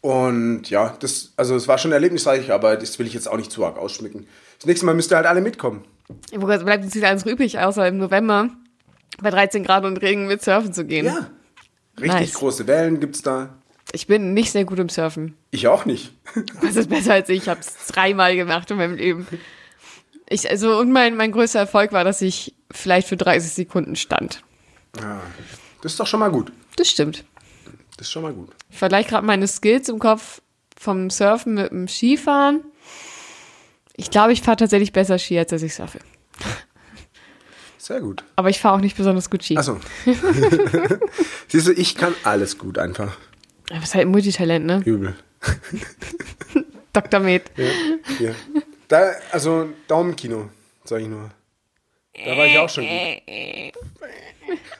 Und ja, das, also es war schon erlebnisreich, aber das will ich jetzt auch nicht zu arg ausschmücken. Das nächste Mal müsst ihr halt alle mitkommen. Wo bleibt uns nicht alles übrig, außer im November bei 13 Grad und Regen mit Surfen zu gehen. Ja. Hm? Richtig Nice. große Wellen gibt's da. Ich bin nicht sehr gut im Surfen. Ich auch nicht. Das ist besser als ich. Ich habe es dreimal gemacht in meinem Leben. Ich, also, und mein, mein größter Erfolg war, dass ich vielleicht für 30 Sekunden stand. Das ist doch schon mal gut. Das stimmt. Das ist schon mal gut. Ich vergleiche gerade meine Skills im Kopf vom Surfen mit dem Skifahren. Ich glaube, ich fahre tatsächlich besser Ski, als dass ich surfe. Sehr gut. Aber ich fahre auch nicht besonders gut Ski. Achso. Siehst du, ich kann alles gut einfach. Aber es ist halt ein Multitalent, ne? Übel. Dr. Med. Ja. Da, also Daumenkino, sag ich nur. Da war ich auch schon gut.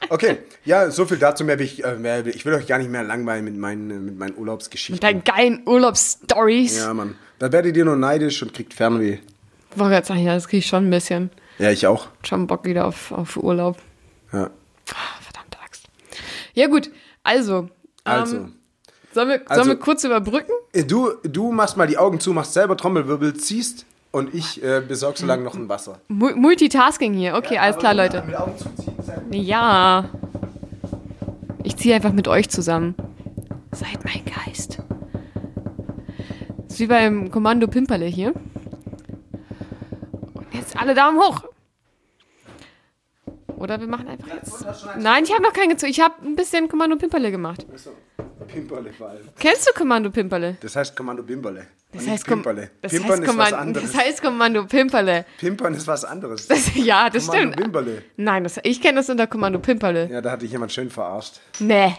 Okay, ja, so viel dazu. Mehr will ich, äh, mehr, will- ich will euch gar nicht mehr langweilen mit meinen, äh, mit meinen Mit Urlaubsgeschichten. deinen geilen Urlaubsstories. Ja, Mann. Da werdet ihr nur neidisch und kriegt Fernweh. Wollte gerade sagen, ja, das kriege ich schon ein bisschen. Ja, ich auch. Schon Bock wieder auf, auf Urlaub. Ja. Ah, verdammte Axt. Ja, gut. Also. Also. Ähm, sollen wir, Also- sollen wir kurz überbrücken? Äh, Du, du machst mal die Augen zu, machst selber Trommelwirbel, ziehst und ich äh, besorg so lange noch ein Wasser. Mu- Multitasking hier. Okay, alles klar, Leute. Mit Augen zuziehen. Ja. Ich ziehe einfach mit euch zusammen. Seid mein Geist. Das ist wie beim Kommando Pimperle hier. Und jetzt alle Daumen hoch. Oder wir machen einfach jetzt. Nein, ich habe noch keinen gezogen. Ich habe ein bisschen Kommando Pimperle gemacht. Pimperle vor allem. Kennst du Kommando Pimperle? Das heißt Kommando Bimberle. Das heißt, Kom Pimperle. das, Pimpern heißt ist was Kommando, anderes. das heißt Kommando Pimperle. Pimpern ist was anderes. Das, ja, das Kommando stimmt. Bimberle. Nein, das, ich kenne das unter Kommando Pimperle. Ja, da hat dich jemand schön verarscht. Nee.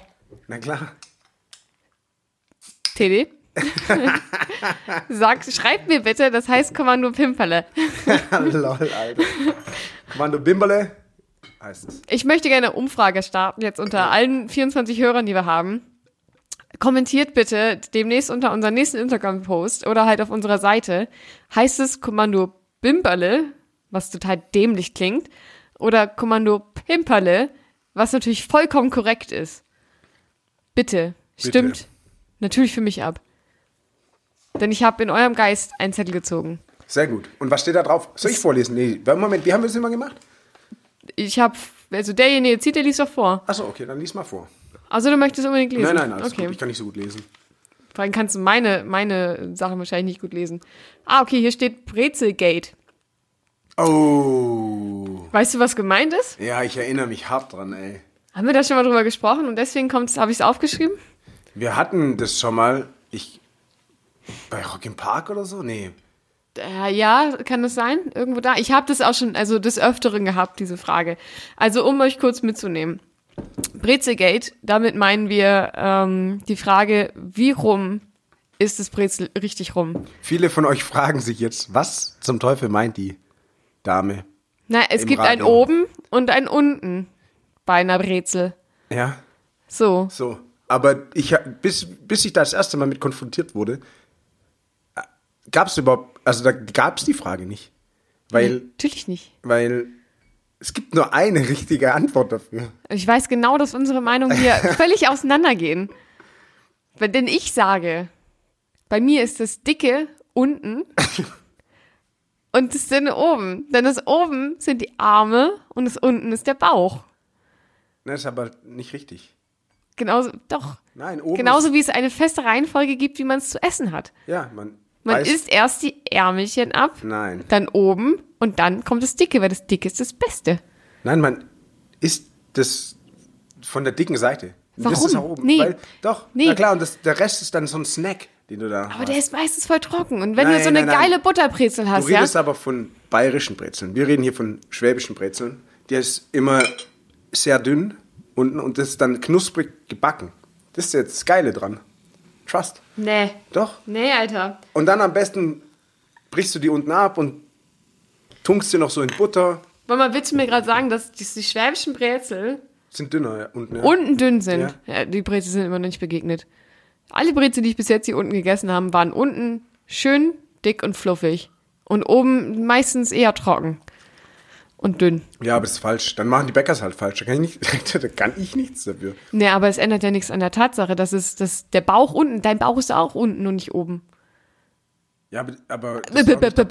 Na klar. TD. Sag, schreibt mir bitte, das heißt Kommando Pimperle. Lol, Alter. Kommando Bimberle heißt es. Ich möchte gerne eine Umfrage starten, jetzt unter allen 24 Hörern, die wir haben. Kommentiert bitte demnächst unter unserem nächsten Instagram-Post oder halt auf unserer Seite. Heißt es Kommando Bimperle, was total dämlich klingt, oder Kommando Pimperle, was natürlich vollkommen korrekt ist. Bitte, Bitte. stimmt natürlich für mich ab. Denn ich habe in eurem Geist einen Zettel gezogen. Sehr gut. Und was steht da drauf? Soll ich vorlesen? Nee, warte, Moment, wie haben wir das immer gemacht? Ich habe, also derjenige zieht, der liest doch vor. Achso, okay, dann lies mal vor. Also du möchtest unbedingt lesen. Nein, nein, alles okay. gut. Ich kann nicht so gut lesen. Vor allem kannst du meine, meine Sachen wahrscheinlich nicht gut lesen. Ah, okay, hier steht Brezelgate. Oh. Weißt du, was gemeint ist? Ja, ich erinnere mich hart dran, ey. Haben wir da schon mal drüber gesprochen und deswegen kommt's, habe ich es aufgeschrieben? Wir hatten das schon mal. Ich. Bei Rock im Park oder so? Nee. Äh, ja, kann das sein? Irgendwo da. Ich habe das auch schon, also des Öfteren gehabt, diese Frage. Also um euch kurz mitzunehmen. Brezelgate, damit meinen wir ähm, die Frage, wie rum ist das Brezel richtig rum? Viele von euch fragen sich jetzt, was zum Teufel meint die Dame? Na, es Im gibt ein Radio. oben und ein unten bei einer Brezel. Ja, So. so. Aber ich, ha- bis, bis ich da das erste Mal mit konfrontiert wurde, gab es überhaupt, also da gab es die Frage nicht. Weil, Natürlich nicht. weil es gibt nur eine richtige Antwort dafür. Ich weiß genau, dass unsere Meinungen hier völlig auseinandergehen. Weil- Denn ich sage, bei mir ist das Dicke unten und das Dünne oben. Denn das oben sind die Arme und das unten ist der Bauch. Das ist aber nicht richtig. Genauso, doch. Nein, oben. Genauso wie es eine feste Reihenfolge gibt, wie man es zu essen hat. Ist, ja, man. Man weiß- isst erst die Ärmelchen ab, Nein. dann oben und dann kommt das Dicke, weil das Dicke ist das Beste. Nein, man isst das von der dicken Seite. Und Das Warum? ist nach oben. Nee. Weil, doch, Nee. na klar, und das, der Rest ist dann so ein Snack, den du da Aber der ist meistens voll trocken. Und wenn du Nein, so eine nein, nein. geile Butterbrezel Du hast, ja. redest aber von bayerischen Brezeln. Wir reden hier von schwäbischen Brezeln. Der ist immer sehr dünn unten und das ist dann knusprig gebacken. Das ist jetzt das Geile dran. Trust. Nee. Doch. Nee, Alter. Und dann am besten brichst du die unten ab und tunkst sie noch so in Butter. Wollen mal, willst du mir gerade sagen, dass die, die schwäbischen Brezel Sind dünner ja, unten. Ja. unten dünn sind? Ja, die Brezel sind immer noch nicht begegnet. Alle Brezel, die ich bis jetzt hier unten gegessen habe, waren unten schön dick und fluffig. Und oben meistens eher trocken. Und dünn. ja, aber das ist falsch. Dann machen die Bäckers halt falsch. Da kann ich, nicht, da kann ich nichts dafür. Nee, aber es ändert ja nichts an der Tatsache, dass es, dass der Bauch unten, dein Bauch ist auch unten und nicht oben. Ja, aber. aber das ist auch nicht der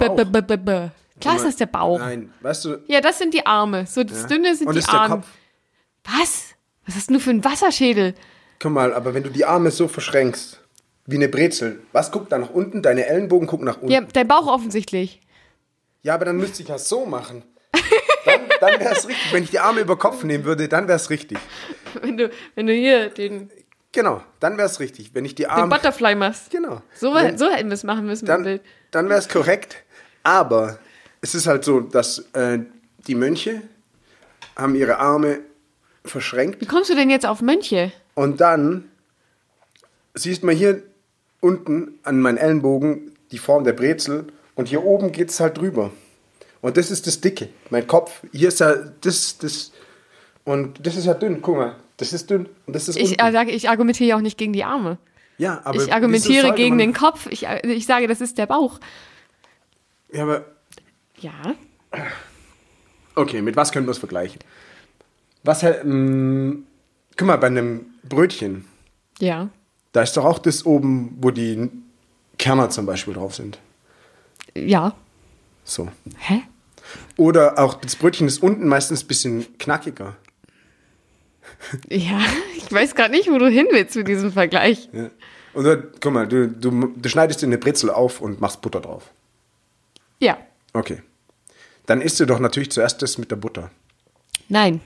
Bauch. Klar ist das der Bauch. Nein, weißt du. Ja, das sind die Arme. So das ja. Dünne sind Und die das ist der Arme. Kopf. Was? Was hast du denn für einen Wasserschädel? Guck mal, aber wenn du die Arme so verschränkst, wie eine Brezel, was guckt da nach unten? Deine Ellenbogen gucken nach unten. Ja, dein Bauch offensichtlich. Ja, aber dann müsste ich das so machen. Dann, dann wäre es richtig. Wenn ich die Arme über Kopf nehmen würde, dann wäre es richtig. Wenn du, wenn du hier den, Genau, dann wäre es richtig. Wenn ich die den Arme. Butterfly machst. genau. So, Wenn- so hätten wir es machen müssen. im dann, Bild. dann wäre es korrekt. Aber es ist halt so, dass äh, die Mönche haben ihre Arme verschränkt Wie kommst du denn jetzt auf Mönche? und dann siehst man hier unten an meinen Ellenbogen die Form der Brezel und hier oben geht es halt drüber. Und das ist das Dicke, mein Kopf. Hier ist ja das, das und das ist ja dünn. Guck mal, das ist dünn und das ist Ich unten. äh, sage, ich argumentiere auch nicht gegen die Arme. ja, aber Ich wieso argumentiere sollte gegen man- den Kopf. Ich, äh, ich sage, das ist der Bauch. Ja, aber Ja. Okay, mit was können wir es vergleichen? Was, hä- mm, guck mal, bei einem Brötchen, Ja. da ist doch auch das oben, wo die Kerner zum Beispiel drauf sind. Ja. So. Hä? Oder auch das Brötchen ist unten meistens ein bisschen knackiger. Ja, ich weiß gerade nicht, wo du hin willst mit diesem Vergleich. Ja. Oder, guck mal, du, du, du schneidest dir eine Brezel auf und machst Butter drauf. Ja. Okay. Dann isst du doch natürlich zuerst das mit der Butter. Nein.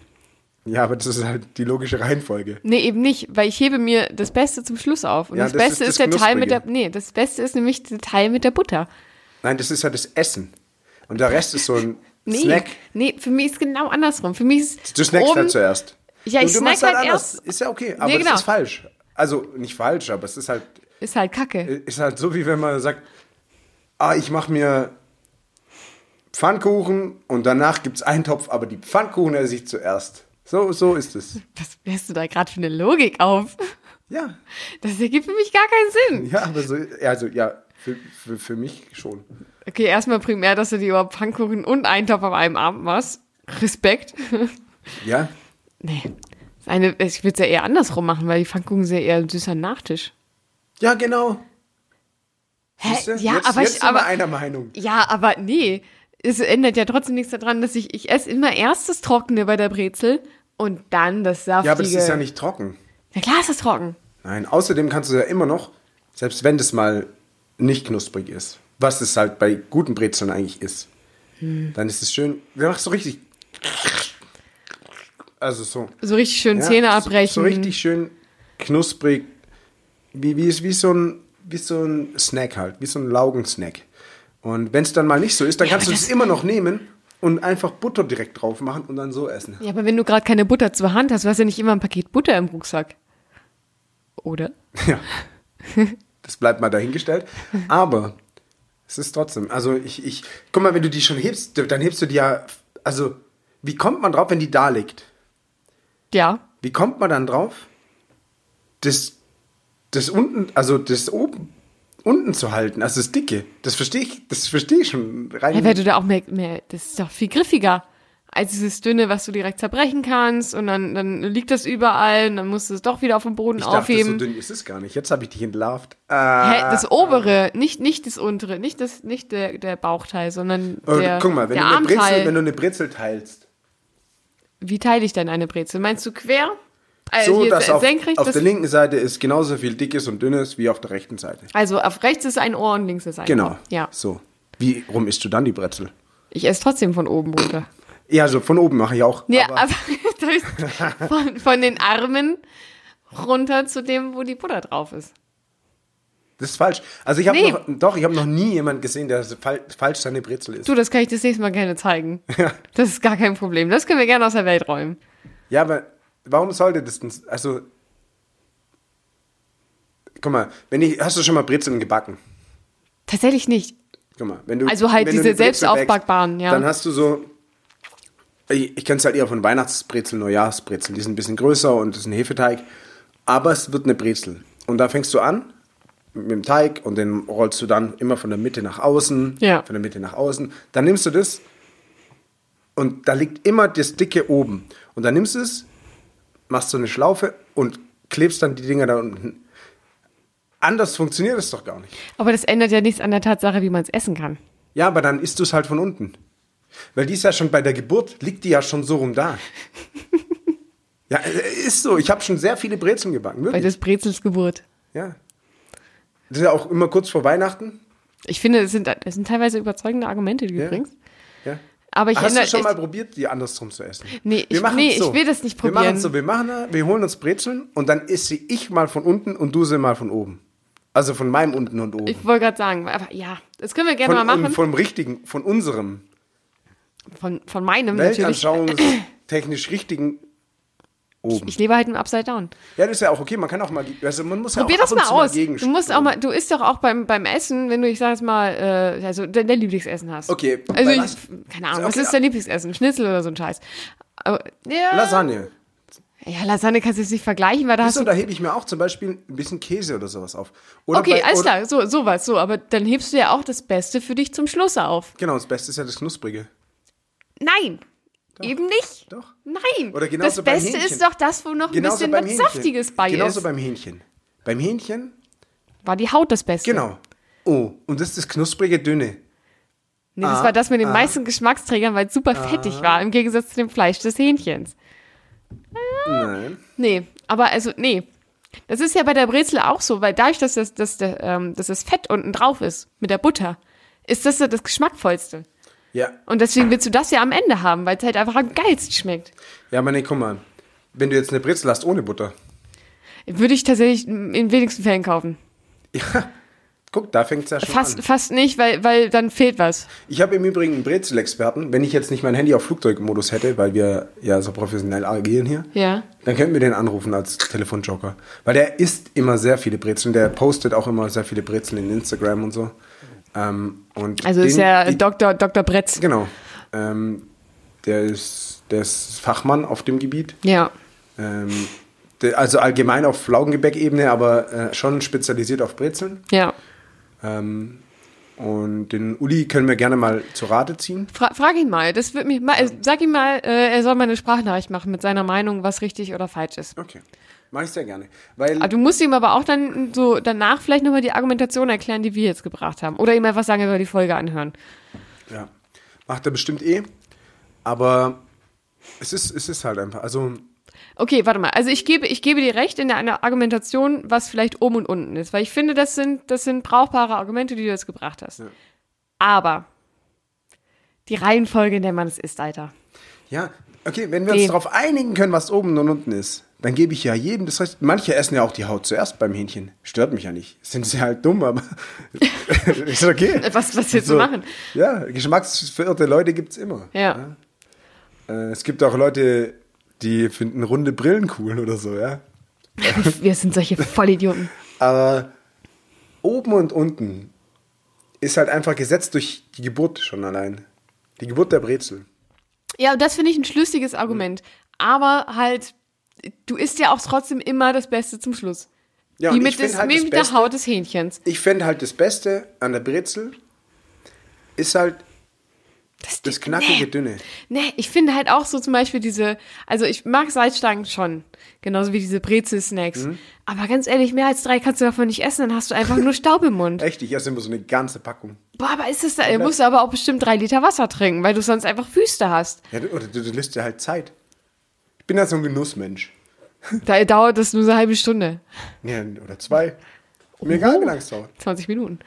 Ja, aber das ist halt die logische Reihenfolge. Nee, eben nicht, weil ich hebe mir das Beste zum Schluss auf. Und Ja, das, das Beste ist ist, das der Teil mit der. Knusprige. Nee, das Beste ist nämlich der Teil mit der Butter. Nein, das ist ja das Essen. Und der Rest ist so ein Nee, Snack. nee, für mich ist genau andersrum. Für mich ist Du snackst oben, halt zuerst. Um- Ja, ich du, du machst snack halt anders. erst. Ist ja okay, aber Nee, genau. es ist falsch. Also nicht falsch, aber es ist halt, Ist halt Kacke. ist halt so, wie wenn man sagt, ah, ich mache mir Pfannkuchen und danach gibt es einen Topf, aber die Pfannkuchen esse ich zuerst. So, so ist es. Was wärst du da gerade für eine Logik auf? Ja, Das ergibt für mich gar keinen Sinn. ja, aber so, also ja, für, für, für mich schon. Okay, erstmal primär, dass du dir überhaupt Pfannkuchen und Eintopf auf einem Abend machst. Respekt. Ja, nee. Das Eine, ich würde es ja eher andersrum machen, weil die Pfannkuchen sind ja eher ein süßer Nachtisch. ja, genau. Hä? Siehste? Ja, jetzt, aber jetzt ich- sind wir aber- einer Meinung. Ja, aber nee, es ändert ja trotzdem nichts daran, dass ich, ich esse immer erst das Trockene bei der Brezel und dann das Saftige. Ja, aber das ist ja nicht trocken. Na klar ist das trocken. Nein, außerdem kannst du ja immer noch, selbst wenn das mal nicht knusprig ist, was es halt bei guten Brezeln eigentlich ist, Hm. dann ist es schön, dann machst du richtig. Also so. So richtig schön Ja, Zähne so- abbrechen. So richtig schön knusprig, wie, wie, wie, so ein, wie so ein Snack halt, wie so ein Laugensnack. Und wenn es dann mal nicht so ist, dann Ja, kannst du aber es das- immer noch nehmen und einfach Butter direkt drauf machen und dann so essen. Ja, aber wenn du gerade keine Butter zur Hand hast, du hast ja nicht immer ein Paket Butter im Rucksack. Oder? Ja. Das bleibt mal dahingestellt. Aber es ist trotzdem. Also ich, ich. Guck mal, wenn du die schon hebst, dann hebst du die ja. Also, wie kommt man drauf, wenn die da liegt? Ja. Wie kommt man dann drauf, das, das unten, also das oben, unten zu halten, also das Dicke? Das verstehe ich, das verstehe ich schon rein. Ja, weil du da auch mehr, mehr, das ist doch viel griffiger als dieses dünne, was du direkt zerbrechen kannst und dann, dann liegt das überall und dann musst du es doch wieder auf den Boden ich dachte, so aufheben. dünn ist es gar nicht. Jetzt habe ich dich entlarvt. Äh, Hä, das obere, ah. nicht, nicht das untere, nicht, das, nicht der, der Bauchteil, sondern äh, der, guck mal, wenn du, der eine Brezel, Armteil. wenn du eine Brezel teilst, Wie teile ich denn eine Brezel? Meinst du quer? Äh, so hier dass auf, senkrecht, auf das, der linken Seite ist genauso viel Dickes und Dünnes wie auf der rechten Seite. also auf rechts ist ein Ohr und links ist ein Genau. Ohr. Ja. So. Wie rum isst du dann die Brezel? Ich esse trotzdem von oben runter. Ja, also von oben mache ich auch. Ja, aber- aber, das ist von, von den Armen runter zu dem, wo die Butter drauf ist. Das ist falsch. Also ich habe Nee. noch, doch, ich habe noch nie jemanden gesehen, der so fal falsch seine Brezel isst. Du, das kann ich das nächste Mal gerne zeigen. Das ist gar kein Problem. Das können wir gerne aus der Welt räumen. Ja, aber warum sollte das denn? Also, guck mal, wenn ich, hast du schon mal Brezeln gebacken? Tatsächlich nicht. Guck mal, wenn du Also halt wenn du diese eine Brezel selbst aufbackbaren, backst, ja. Dann hast du so, ich, ich kenne es halt eher von Weihnachtsbrezeln, Neujahrsbrezeln. Die sind ein bisschen größer und das ist ein Hefeteig, aber es wird eine Brezel. Und da fängst du an mit dem Teig und den rollst du dann immer von der Mitte nach außen, Ja. von der Mitte nach außen. Dann nimmst du das und da liegt immer das dicke oben. Und dann nimmst du es, machst so eine Schlaufe und klebst dann die Dinger da unten. Anders funktioniert es doch gar nicht. Aber das ändert ja nichts an der Tatsache, wie man es essen kann. Ja, aber dann isst du es halt von unten. Weil die ist ja schon bei der Geburt, liegt die ja schon so rum da. ja, äh, ist so. Ich habe schon sehr viele Brezeln gebacken, Bei wirklich. des Brezels Geburt. Ja. Das ist ja auch immer kurz vor Weihnachten. Ich finde, es sind, es sind teilweise überzeugende Argumente, die Ja. du bringst. Ja. Aber ich Hast ändere. du schon ich, mal probiert, die andersrum zu essen? Nee, ich- machen's nee, ich will das nicht Wir probieren. machen so, wir machen, da- wir holen uns Brezeln und dann esse ich mal von unten und du sie mal von oben. Also von meinem unten und oben. ich wollte gerade sagen, aber ja, das können wir gerne von, mal und machen. vom richtigen, von unserem Von, von meinem natürlich. weltanschauungstechnisch richtigen oben. Ich lebe halt im Upside Down. Ja, das ist ja auch okay. Man kann auch mal, also man muss ja Probier auch ab das und mal zu mal aus. Du musst auch mal, du isst doch auch beim, beim Essen, wenn du, ich sag jetzt mal, äh, also dein, dein Lieblingsessen hast. Okay, bei Also was? ich, keine Ahnung, was Okay. ist dein Lieblingsessen? Schnitzel oder so ein Scheiß. Aber, ja, Lasagne. Ah, ja, Lasagne kannst du jetzt nicht vergleichen, weil da hast So, du. da hebe ich mir auch zum Beispiel ein bisschen Käse oder sowas auf. Oder Okay, bei- alles oder- klar, so, sowas, so, aber dann hebst du ja auch das Beste für dich zum Schluss auf. Genau, das Beste ist ja das Knusprige. Nein, eben nicht. Doch. Nein. Oder genauso das beim Beste Hähnchen. ist doch das, wo noch ein Genauso bisschen beim was Hähnchen. Saftiges bei Genauso ist. beim Hähnchen. Beim Hähnchen, war die Haut das Beste. genau. Oh, und das ist das knusprige Dünne. Nee, das Ah. war das mit den meisten Geschmacksträgern, weil es super fettig war, im Gegensatz zu dem Fleisch des Hähnchens. Nein. Nee, aber also, nee. Das ist ja bei der Brezel auch so, weil dadurch, dass das, dass, der, ähm, dass das Fett unten drauf ist, mit der Butter, ist das ja das Geschmackvollste. Ja, Und deswegen willst du das ja am Ende haben, weil es halt einfach am geilsten schmeckt. ja, aber nee, guck mal. Wenn du jetzt eine Brezel hast ohne Butter. Würde ich tatsächlich in wenigsten Fällen kaufen. Ja, guck, da fängt es ja schon an. Fast, fast nicht, weil, weil dann fehlt was. Ich habe im Übrigen einen Brezel-Experten. Wenn ich jetzt nicht mein Handy auf Flugzeugmodus hätte, weil wir ja so professionell agieren hier, Ja. dann könnten wir den anrufen als Telefonjoker. Weil der isst immer sehr viele Brezeln. Der postet auch immer sehr viele Brezeln in Instagram und so. Ähm, und Also den, ist ja die, Dr. Dr. Bretz. Genau. Ähm, der, ist, der ist Fachmann auf dem Gebiet. Ja. Ähm, der, also allgemein auf Laugengebäckebene, aber äh, schon spezialisiert auf Brezeln. Ja. Ähm, und den Uli können wir gerne mal zu Rate ziehen. Fra frag ihn mal. Das wird mich äh, mal. Sag ihm mal, äh, er soll mal eine Sprachnachricht machen mit seiner Meinung, was richtig oder falsch ist. Okay. Mache ich sehr gerne. Weil Aber Ah, du musst ihm aber auch dann so danach vielleicht nochmal die Argumentation erklären, die wir jetzt gebracht haben. Oder ihm einfach sagen, er soll die Folge anhören. Ja. Macht er bestimmt eh. Aber es ist, es ist halt einfach. Also, Okay, warte mal. Also ich gebe, ich gebe dir recht in der einer Argumentation, was vielleicht oben und unten ist, weil ich finde, das sind, das sind brauchbare Argumente, die du jetzt gebracht hast. Aber die Reihenfolge, in der man es ist, Alter. ja, okay, wenn wir uns Nee. darauf einigen können, was oben und unten ist, dann gebe ich ja jedem das Recht. Manche essen ja auch die Haut zuerst beim Hähnchen. Stört mich ja nicht. Sind sie halt dumm, aber ist okay. Was- was willst du machen? Ja, geschmacksverirrte Leute gibt es immer. Ja. Äh, es gibt auch Leute, die finden runde Brillen cool oder so, ja. Wir sind solche Vollidioten. Aber oben und unten ist halt einfach gesetzt durch die Geburt schon allein. Die Geburt der Brezel. Ja, und das finde ich ein schlüssiges Argument. Aber halt, du isst ja auch trotzdem immer das Beste zum Schluss. Ja, wie und mit, ich find des, halt wie das mit der Beste- Haut des Hähnchens. Ich fände halt das Beste an der Brezel ist halt das dicke- knackige nee. Dünne. Nee, ich finde halt auch so zum Beispiel diese, also ich mag Salzstangen schon, genauso wie diese Brezel-Snacks. Aber ganz ehrlich, mehr als drei kannst du davon nicht essen, dann hast du einfach nur Staub im Mund. Echt, ich esse immer so eine ganze Packung. Boah, aber ist das da, du musst aber auch bestimmt drei Liter Wasser trinken, weil du sonst einfach Wüste hast. Ja, du- oder du, du lässt dir halt Zeit. Ich bin ja so ein Genussmensch. Da dauert das nur so eine halbe Stunde, Ja, oder zwei. Mir egal, wie lange es dauert. 20 Minuten,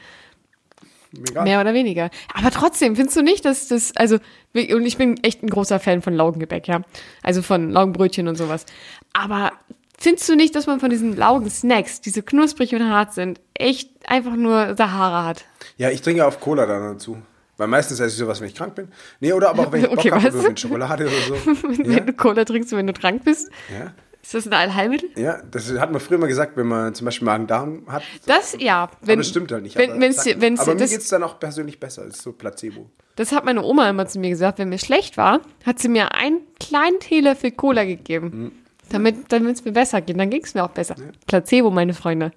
Mir egal. mehr oder weniger. Aber trotzdem, findest du nicht, dass das, also, wir- und ich bin echt ein großer Fan von Laugengebäck, ja. Also von Laugenbrötchen und sowas. Aber findest du nicht, dass man von diesen Laugen-Snacks, die so knusprig und hart sind, echt einfach nur Sahara hat? Ja, ich trinke auf Cola dann dazu. Weil meistens esse ich sowas, wenn ich krank bin. Nee, oder aber auch wenn ich Bock Okay, habe was? oder mit Schokolade oder so. Wenn du Cola trinkst, wenn du krank bist? Ja, Ist das ein Allheilmittel? ja, das hat man früher mal gesagt, wenn man zum Beispiel Magen-Darm hat. Das, ja. Wenn, aber das stimmt halt nicht. Wenn, aber wenn's, sag- dir- wenn's, aber dir- mir das, geht es dann auch persönlich besser. Das ist so Placebo. das hat meine Oma immer zu mir gesagt, wenn mir schlecht war, hat sie mir einen kleinen Teelöffel Cola Mhm. gegeben. Damit es mir besser geht. Dann ging es mir auch besser. Placebo, meine Freunde.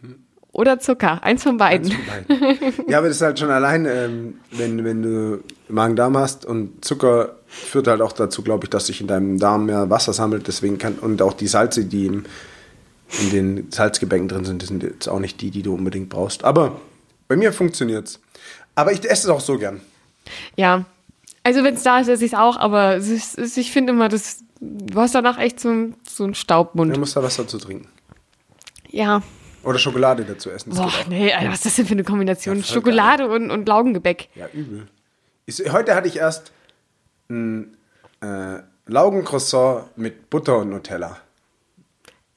Mhm. Oder Zucker. Eins von beiden. Nein. ja, aber das ist halt schon allein, ähm, wenn, wenn du Magen-Darm hast und Zucker führt halt auch dazu, glaube ich, dass sich in deinem Darm mehr Wasser sammelt. Deswegen kann, und auch die Salze, die im, in den Salzgebäcken drin sind, das sind jetzt auch nicht die, die du unbedingt brauchst. Aber bei mir funktioniert's. Aber ich esse es auch so gern. Ja. Also wenn es da ist, esse ich es auch. Aber es ist, es, ich finde immer, das, du hast danach echt so, ein- so einen Staubmund. Man muss da Wasser zu trinken. ja. Oder Schokolade dazu essen. Das Boah, geht auch. nee, Alter, was ist das denn für eine Kombination? Ja, voll Schokolade und, und Laugengebäck. Ja, übel. Ich, heute hatte ich erst ein äh, Laugencroissant mit Butter und Nutella.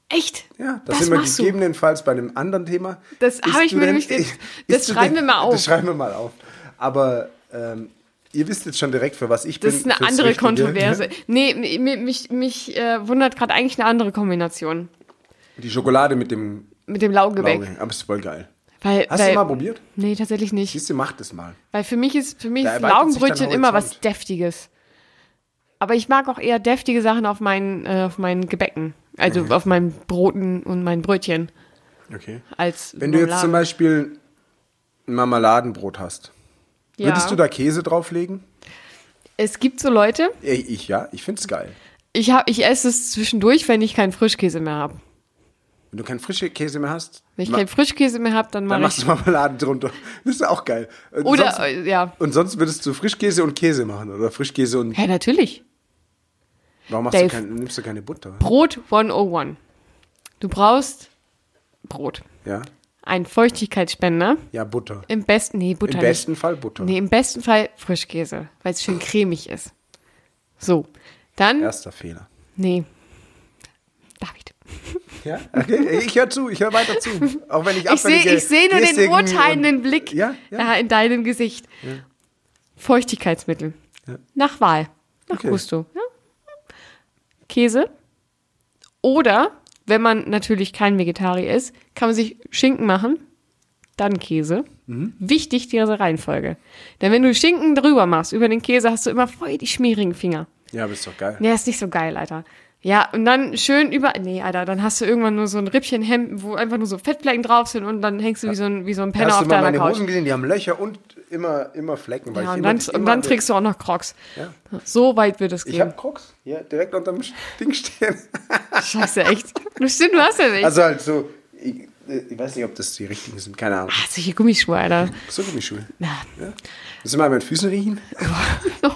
Echt? Ja, das, das sind wir machst du. gegebenenfalls bei einem anderen Thema. Das Isst habe ich du mir denn- nämlich- isst das du schreiben denn- wir mal auf. Das schreiben wir mal auf. Aber ähm, ihr wisst jetzt schon direkt, für was ich Das bin. ist eine fürs andere Richtige. Kontroverse. Nee, mi- mi- mich, mich äh, wundert gerade eigentlich eine andere Kombination Die Schokolade mit dem mit dem Laugengebäck. Lauge. Aber es ist voll geil. Weil, Hast weil, du mal probiert? Nee, tatsächlich nicht. Siehst du, mach das mal. Weil für mich ist, für mich Da ist erweitert sich dein Laugenbrötchen immer was Horizont. Deftiges. Aber ich mag auch eher deftige Sachen auf meinen, äh, auf meinen Gebäcken. Also Mhm. auf meinen Broten und meinen Brötchen Okay. als Wenn du jetzt Marmelade. zum Beispiel ein Marmeladenbrot hast, ja. würdest du da Käse drauflegen? Es gibt so Leute, Ey, Ich ja, ich find's geil. ich, hab, ich esse es zwischendurch, wenn ich keinen Frischkäse mehr habe. Wenn du keinen frischen Käse mehr hast, Wenn ich ma- keinen Frischkäse mehr habe, dann dann mache machst ich. du Marmelade drunter. Das ist auch geil. Und Oder, sonst- äh, ja. Und sonst würdest du Frischkäse und Käse machen oder Frischkäse und Hä, natürlich. warum machst du Dave. kein, nimmst du keine Butter? Brot 101. Du brauchst Brot. Ja, Ein Feuchtigkeitsspender. ja Butter. Im besten, nee, Butter Im nicht. besten Fall Butter. Nee, im besten Fall Frischkäse, weil es schön cremig ist. So, dann, Erster Fehler. nee, David. Ja, okay. ich höre zu, ich höre weiter zu, auch wenn ich Ich sehe ich seh nur den urteilenden Blick Ja, ja. da in deinem Gesicht. Feuchtigkeitsmittel. Nach Wahl. Nach Okay. Gusto. Ja. Käse. Oder, wenn man natürlich kein Vegetarier ist, kann man sich Schinken machen, dann Käse. Mhm. Wichtig diese Reihenfolge. Denn wenn du Schinken drüber machst, über den Käse, hast du immer voll die schmierigen Finger. Ja, aber ist doch geil. Ja, ist nicht so geil, Alter. Ja, und dann schön über. Nee, Alter, dann hast du irgendwann nur so ein Rippchenhemd, wo einfach nur so Fettflecken drauf sind und dann hängst du wie so ein, wie so ein Penner Hast du auf mal deiner meine Couch. Hosen gesehen? Die haben Löcher und immer, immer Flecken. Weil ja, ich und immer, dann, immer und dann trägst du auch noch Crocs. Ja. So weit wird es Ich gehen. habe Crocs hier direkt unterm Ding stehen. Scheiße, echt. Du stimmt, du hast ja nicht. Also Also, halt so, ich, äh, ich weiß nicht, ob das die richtigen sind, keine Ahnung. hier Ah, Gummischuhe, Alter. So Gummischuhe. Na, Ja. Müssen wir mal mit Füßen riechen?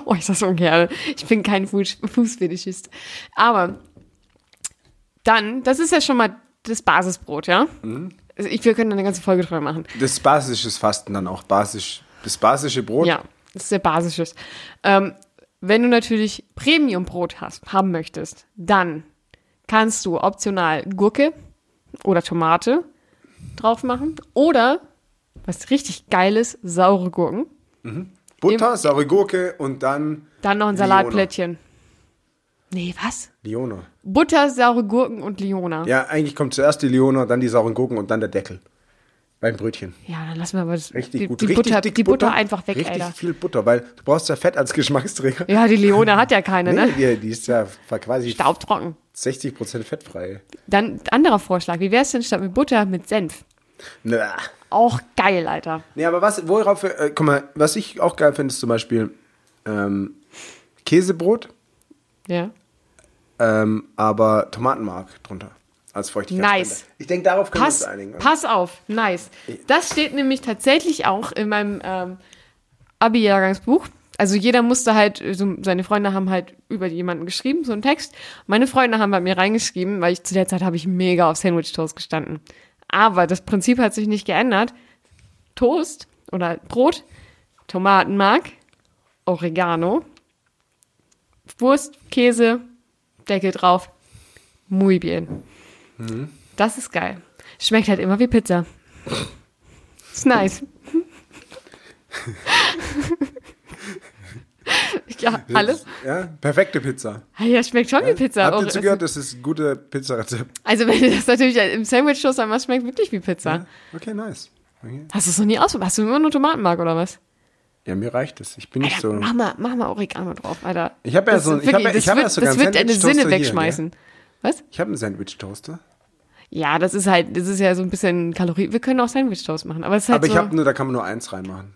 oh, ich das ungern. Ich bin kein Fuß Fußfetischist. Aber dann, das ist ja schon mal das Basisbrot, ja? Mhm. Also Ich, wir können da eine ganze Folge drüber machen. Das basische Fasten dann auch, basisch. Das basische Brot. Ja, das ist sehr basisches. Ähm, wenn du natürlich Premium-Brot hast, haben möchtest, dann kannst du optional Gurke oder Tomate drauf machen oder was richtig geiles, saure Gurken. Butter, saure Gurke und dann Dann noch ein Leona. Salatplättchen. Nee, was? Liona. Butter, saure Gurken und Liona. Ja, Ja, eigentlich kommt zuerst die Liona, dann die sauren Gurken und dann der Deckel. Beim Brötchen. dann lassen wir aber das, Richtig die, gut. die, richtig Butter, dick die Butter einfach weg, Richtig Alter. viel Butter, weil du brauchst ja Fett als Geschmacksträger. Ja, die Liona hat ja keine, Nee, ne? die, die ist ja war quasi Staubtrocken. 60% fettfrei. Dann anderer Vorschlag. Wie wär's denn statt mit Butter mit Senf? Na. Auch geil, Alter. Nee, aber was, worauf, wir- äh, guck mal, was ich auch geil finde, ist zum Beispiel ähm, Käsebrot, Ja. ähm, aber Tomatenmark drunter als Feuchtigkeitsquelle. Nice. Ich denke, darauf können wir Pass, uns einigen. oder? pass auf, nice. Das steht nämlich tatsächlich auch in meinem ähm, Abi-Jahrgangsbuch. Also jeder musste halt, so seine Freunde haben halt über jemanden geschrieben, so einen Text. Meine Freunde haben bei mir reingeschrieben, weil ich zu der Zeit habe ich mega auf Sandwich Toast gestanden. Aber das Prinzip hat sich nicht geändert. Toast oder Brot, Tomatenmark, Oregano, Wurst, Käse, Deckel drauf, muy bien. Mhm. Das ist geil. Schmeckt halt immer wie Pizza. Ist nice. ja, alle. Ja, perfekte Pizza. Ah Ja, schmeckt schon wie Pizza. Habt Auch- ihr zugehört? Das ist ein gute Pizzarezept. Also wenn du das natürlich im Sandwich schaust, dann schmeckt wirklich wie Pizza. ne? Okay, nice. Okay. Hast du es noch nie ausprobiert? Hast du immer nur Tomatenmark oder was? Ja, mir reicht es. Ich bin nicht Alter, so. mach, mal, mach mal Oregano drauf, Alter. Ich hab ja Das so- ist ich hab ja- wirklich- ich hab ja das sogar wird, einen das wird Sandwich-Toaster deine Sinne hier, wegschmeißen. Was? Ich habe einen Sandwich-Toaster. Ja, das ist halt, das ist ja so ein bisschen Kalorien. Wir können auch Sandwich-Toast machen, aber es ist halt Aber ich so... habe nur, da kann man nur eins reinmachen.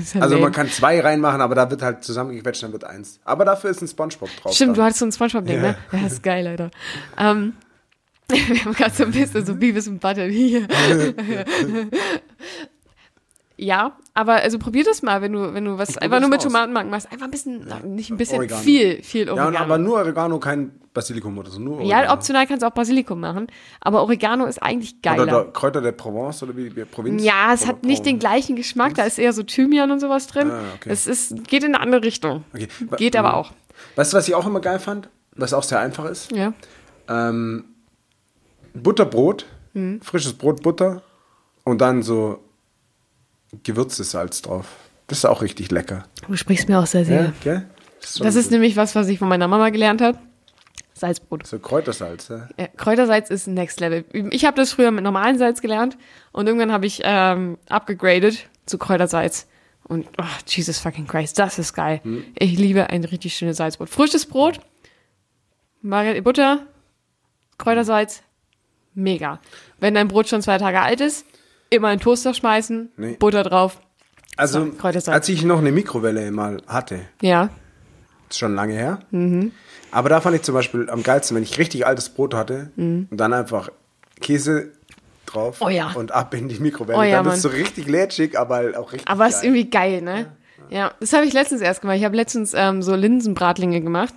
ist ja Also lame. man kann zwei reinmachen, aber da wird halt zusammengequetscht, dann wird eins. Aber dafür ist ein Spongebob drauf. Stimmt, du dann. hattest so ein Spongebob-Ding, Ja. ne? Ja, das ist geil, Alter. Ähm, wir haben gerade so ein bisschen so Beavis und Butter hier. ja, aber also probier das mal, wenn du, wenn du was einfach das nur mit aus. Tomatenmark machst. Einfach ein bisschen, nicht ein bisschen, Oregano. viel, viel Ja, Oregano. und, aber nur Oregano, kein Basilikum oder so. Nur Oregano. ja, optional kannst du auch Basilikum machen, aber Oregano ist eigentlich geiler. Oder der Kräuter der Provence oder wie die Provinz? ja, es hat Pro- nicht den Pro- gleichen Geschmack, da ist eher so Thymian und sowas drin. Ah, okay. Es ist, geht in eine andere Richtung. Okay. Wa- ähm, Geht aber auch. Weißt du, was ich auch immer geil fand? Was auch sehr einfach ist? Ja. Ähm, Butterbrot, Mhm. frisches Brot, Butter und dann so gewürztes Salz drauf. Das ist auch richtig lecker. Du sprichst mir auch sehr, sehr. Ja, gell? Das ist, schon Das ist gut. nämlich was, was ich von meiner Mama gelernt habe. Salzbrot. so Kräutersalz. Ja? Äh, Kräutersalz ist Next Level. Ich habe das früher mit normalem Salz gelernt und irgendwann habe ich ähm, abgegradet zu Kräutersalz. Und oh, Jesus fucking Christ, das ist geil. Hm. Ich liebe ein richtig schönes Salzbrot. Frisches Brot, Margarine, Butter, Kräutersalz, mega. Wenn dein Brot schon zwei Tage alt ist, immer in den Toaster schmeißen, Nee. Butter drauf. Also, So, Kräutersalz. als ich noch eine Mikrowelle mal hatte, Ja, ist schon lange her. Mhm. Aber da fand ich zum Beispiel am geilsten, wenn ich richtig altes Brot hatte und dann einfach Käse drauf Mhm. Oh ja. und ab in die Mikrowelle. Oh ja, dann bist du richtig lätschig, aber halt auch richtig. Aber es ist geil. irgendwie geil, ne? Ja, das habe ich letztens erst gemacht. Ich habe letztens ähm, so Linsenbratlinge gemacht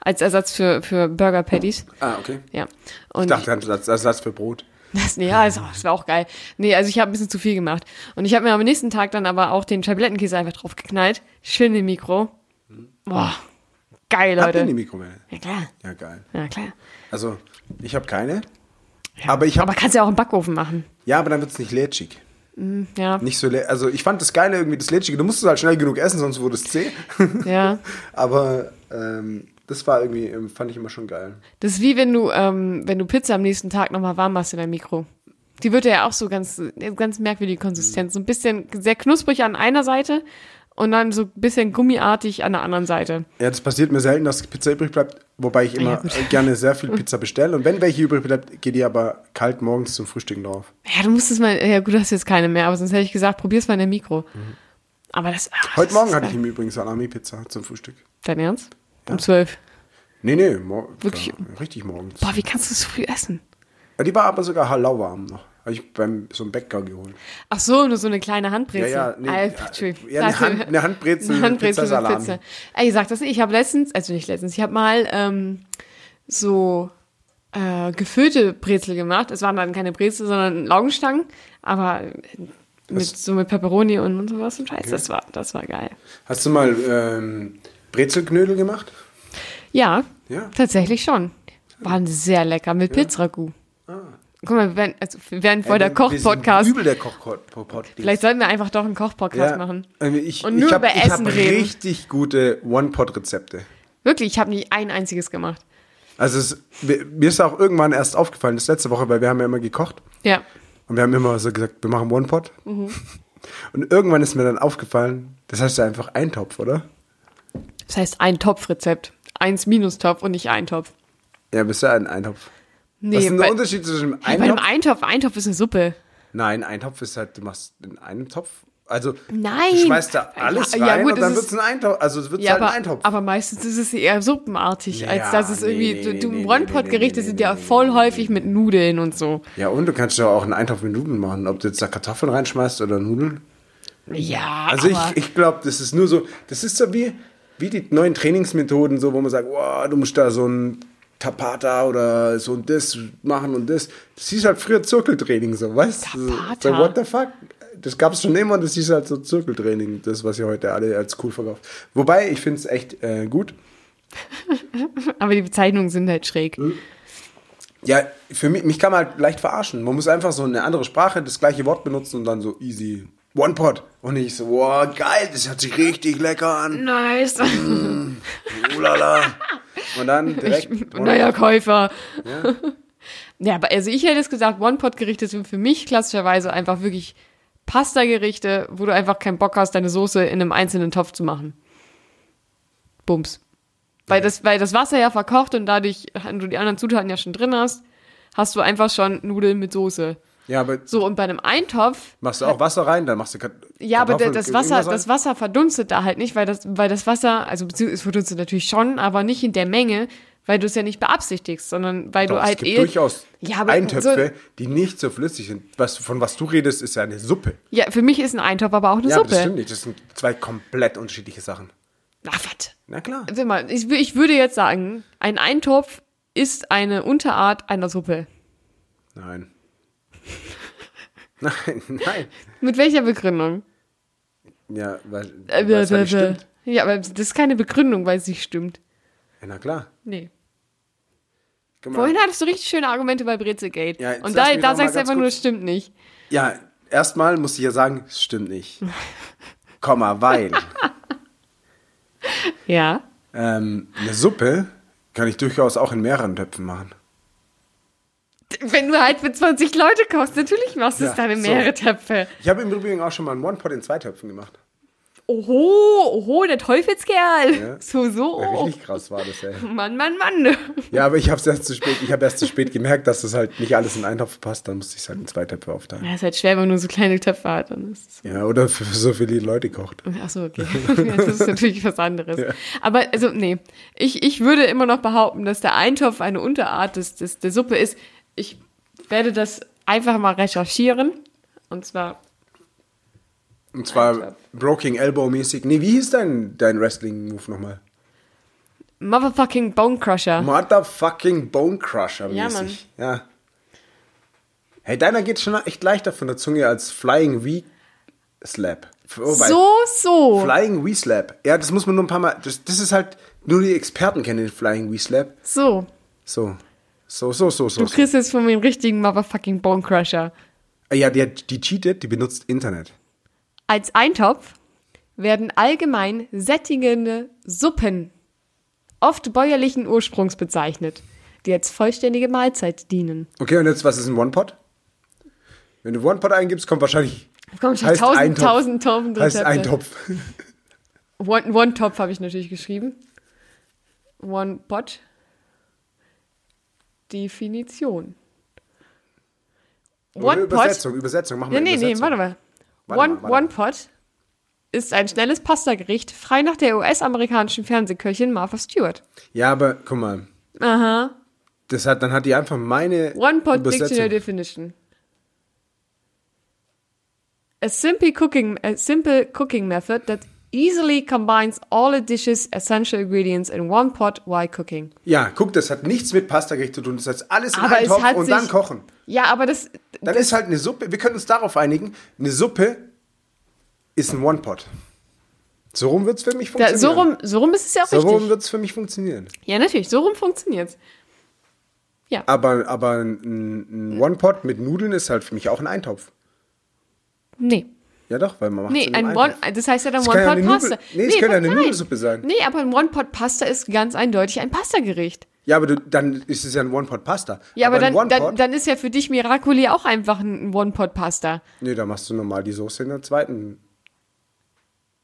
als Ersatz für, für Burger Patties. Ah, okay. Ja. Und Ich dachte, das ist Ersatz also für Brot. das, nee, ja, also, das war auch geil. Nee, also ich habe ein bisschen zu viel gemacht. Und ich habe mir am nächsten Tag dann aber auch den Tablettenkäse einfach draufgeknallt. Schön im Mikro. Boah, geil, Habt ihr eine Leute. Mikrowelle? Ja, klar. Ja, geil. Ja, klar. Also, ich habe keine. Aber ich habe. Aber kannst ja auch im Backofen machen. Ja, aber dann wird es nicht lätschig. Ja, Nicht so lä Also, ich fand das Geile irgendwie, das Lätschige. Du musst es halt schnell genug essen, sonst wurde es zäh. ja. aber ähm, das war irgendwie, ähm, fand ich immer schon geil. Das ist wie wenn du, ähm, wenn du Pizza am nächsten Tag nochmal warm machst in deinem Mikro. Die wird ja auch so ganz, ganz merkwürdige Konsistenz. So ein bisschen sehr knusprig an einer Seite und dann so ein bisschen gummiartig an der anderen Seite. Ja, das passiert mir selten, dass Pizza übrig bleibt, wobei ich immer gerne sehr viel Pizza bestelle. Und wenn welche übrig bleibt, geht die aber kalt morgens zum Frühstück drauf. Ja, du musstest mal, ja gut, du hast jetzt keine mehr, aber sonst hätte ich gesagt, probier's mal in der Mikro. Aber das. Mhm. ach, Heute das Morgen ist hatte ich geil. im Übrigen Salami-Pizza zum Frühstück. Dein Ernst? Um zwölf. Nee, nee, mor Wirklich? Ja, richtig morgens. Boah, wie kannst du so früh essen? Ja, die war aber sogar halauwarm noch. Habe ich beim so einem Bäcker geholt. Ach so, nur so eine kleine Handbrezel. Ja, ja, nee, Ah, ja, Entschuldigung. ja, eine Hand- eine Handbrezel mit mit Pizzasalami. Pizza. Ey, ich sag das nicht. Ich habe letztens, also nicht letztens, ich habe mal ähm, so äh, gefüllte Brezel gemacht. Es waren dann keine Brezel, sondern Laugenstangen, aber mit, so mit Peperoni und, und sowas und Scheiß. Das war, das war geil. Hast du mal ähm, Brezelknödel gemacht? Ja, Ja. tatsächlich schon. Waren sehr lecker mit Pilzragout. Guck mal, wir werden, also, wir werden voll der Äh, Ah. wir sind Koch-Podcast. Übel der Koch-Podcast. Vielleicht sollten wir einfach doch einen Koch-Podcast machen. also Ich, Und nur ich hab, über ich Essen hab reden. richtig gute One-Pot-Rezepte. Wirklich, ich habe nicht ein einziges gemacht. Also es, mir mir ist auch irgendwann erst aufgefallen, das letzte Woche, weil wir haben ja immer gekocht Ja. und wir haben immer so gesagt, wir machen One-Pot. Mhm. Und irgendwann ist mir dann aufgefallen, das heißt ja einfach Eintopf, oder? Das heißt ein Topfrezept. Eins minus Topf und nicht ein Topf. Ja, bist ja ein Eintopf. Nee, Was ist denn bei, der Unterschied zwischen einem bei einem Eintopf? Eintopf, Eintopf ist eine Suppe. Nein, Eintopf ist halt, du machst in einem Topf. Also Nein. du schmeißt da alles Ja, rein ja, gut, und das dann ist- wird es ein Eintopf. Also es wird Ja, halt aber, ein Eintopf. aber meistens ist es eher suppenartig, Ja, als dass es nee, irgendwie. nee, du- du nee, nee, One-Pot-Gerichte nee, nee, sind nee, ja nee, voll nee, häufig mit Nudeln und so. ja, und du kannst ja auch einen Eintopf mit Nudeln machen, ob du jetzt da Kartoffeln reinschmeißt oder Nudeln. Ja, Also ich, aber, ich glaube, das ist nur so, das ist so wie, wie die neuen Trainingsmethoden, so wo man sagt, wow, du musst da so ein Tapata oder so und das machen und das. Das hieß halt früher Zirkeltraining, so, weißt du? Tapata? So, what the fuck? Das gab es schon immer und das hieß halt so Zirkeltraining, das, was ihr heute alle als cool verkauft. Wobei, ich finde es echt äh, gut. aber die Bezeichnungen sind halt schräg. Hm? Ja, für mich, mich kann man halt leicht verarschen. Man muss einfach so eine andere Sprache, das gleiche Wort benutzen und dann so easy. One Pot. Und nicht so, wow, geil, das hört sich richtig lecker an. Nice. Ulala. Und dann direkt. Neuer Käufer. Ja. Ja, aber also ich hätte jetzt gesagt, One-Pot-Gerichte sind für mich klassischerweise einfach wirklich Pasta-Gerichte, wo du einfach keinen Bock hast, deine Soße in einem einzelnen Topf zu machen. Bums. Weil, das, weil das Wasser ja verkocht und dadurch, wenn du die anderen Zutaten ja schon drin hast, hast du einfach schon Nudeln mit Soße. ja, aber So, und bei einem Eintopf, machst du auch Wasser rein, dann machst du. Kat- ja, aber Kartoffeln, das Wasser, irgendwas rein. das Wasser verdunstet da halt nicht, weil das, weil das Wasser, also beziehungsweise es verdunstet natürlich schon, aber nicht in der Menge, weil du es ja nicht beabsichtigst, sondern weil Doch, du es halt gibt eh. durchaus Ja, aber Eintöpfe, die nicht so flüssig sind. Was, von was du redest, ist ja eine Suppe. Ja, für mich ist ein Eintopf aber auch eine Ja, aber das stimmt Suppe. nicht. Das sind zwei komplett unterschiedliche Sachen. Ach, was? Na klar. Warte mal, ich, wü- ich würde jetzt sagen, ein Eintopf ist eine Unterart einer Suppe. Nein. nein, nein. Mit welcher Begründung? Ja, weil, Äh, weil es halt nicht äh, stimmt. Ja, aber das ist keine Begründung, weil es nicht stimmt. Ja, na klar. Nee. Guck mal. Vorhin hattest du richtig schöne Argumente bei Brezelgate. Ja, jetzt Und lass da, mich da doch mal sagst ganz du einfach nur, kurz- es stimmt nicht. Ja, erstmal musste ich ja sagen, es stimmt nicht. Komma, weil. Ja. Ähm, eine Suppe kann ich durchaus auch in mehreren Töpfen machen. D- Wenn du halt für 20 Leute kochst, natürlich machst du es Ja, dann in so. mehrere Töpfe. Ich habe im Übrigen auch schon mal einen One-Pot in zwei Töpfen gemacht. Oho, oho, der Teufelskerl. Ja. So, so. Richtig krass war das, ey. Mann, Mann, Mann. Ja, aber ich habe erst zu spät, ich habe erst zu spät gemerkt, dass das halt nicht alles in einen Topf passt, dann musste ich es halt in zwei Töpfe aufteilen. Ja, ist halt schwer, wenn man nur so kleine Töpfe hat. Dann ist es Ja, oder für so viele Leute kocht. Ach so, okay. Ja, das ist natürlich was anderes. Aber also, nee. Ich, ich würde immer noch behaupten, dass der Eintopf eine Unterart des, des, der Suppe ist. Ich werde das einfach mal recherchieren. Und zwar, Und Ein zwar Topf. Broken Elbow mäßig. Nee, wie hieß dein, dein Wrestling-Move nochmal? Motherfucking Bone Crusher. Motherfucking Bone Crusher Ja, mäßig. Ja, Mann. ja. Hey, deiner geht schon echt leichter von der Zunge als Flying V Slap. Wobei- So, so. Flying Weaslap. Ja, das muss man nur ein paar Mal. Das, das ist halt, nur die Experten kennen den Flying Weaslap. So. So. So, so, so, so. Du kriegst jetzt von mir einen richtigen Motherfucking Bone Crusher. Ah ja, die, die cheatet, die benutzt Internet. Als Eintopf werden allgemein sättigende Suppen oft bäuerlichen Ursprungs bezeichnet, die als vollständige Mahlzeit dienen. Okay, und jetzt, was ist ein One-Pot? Wenn du One-Pot eingibst, kommt wahrscheinlich. Kommt schon tausend, tausend Tauben drin. äh, Heißt Eintopf. One, One Topf habe ich natürlich geschrieben. One Pot. Definition. Oder One Pot. Übersetzung, Übersetzung, machen Nee, wir nee, nee, Übersetzung. warte mal. Warte One, mal, warte One Pot ist ein schnelles Pastagericht, frei nach der US-amerikanischen Fernsehköchin Martha Stewart. Ja, aber guck mal, Aha. das hat, dann hat die einfach meine One Pot Dictionary Übersetzung. Definition. A simple cooking, a simple cooking method that easily combines all a dish's essential ingredients in one pot while cooking. Ja, guck, das hat nichts mit Pastagericht zu tun. Das hat alles in Aber einen es Topf hat und sich- dann kochen. Ja, aber das, Dann ist halt eine Suppe, wir können uns darauf einigen, eine Suppe ist ein One-Pot. So rum wird es für mich da, funktionieren. so rum, so rum ist es ja auch so rum richtig. wird es für mich funktionieren. Ja, natürlich, so rum funktioniert's. Aber, aber ein, ein One-Pot mit Nudeln ist halt für mich auch ein Eintopf. Nee. Ja doch, weil man macht Nee, ein One, Eintopf. das heißt ja dann Es kann ja eine One-Pot-Pasta. Nudel- nee, es kann ja eine nein. Nudelsuppe sein. Nee, aber ein One-Pot-Pasta ist ganz eindeutig ein Pastagericht. Ja, aber du, dann ist es ja ein One-Pot-Pasta. Ja, aber, ein dann, dann, One-Pot- dann ist ja für dich Miracoli auch einfach ein One-Pot-Pasta. Nee, da machst du normal die Soße in der zweiten.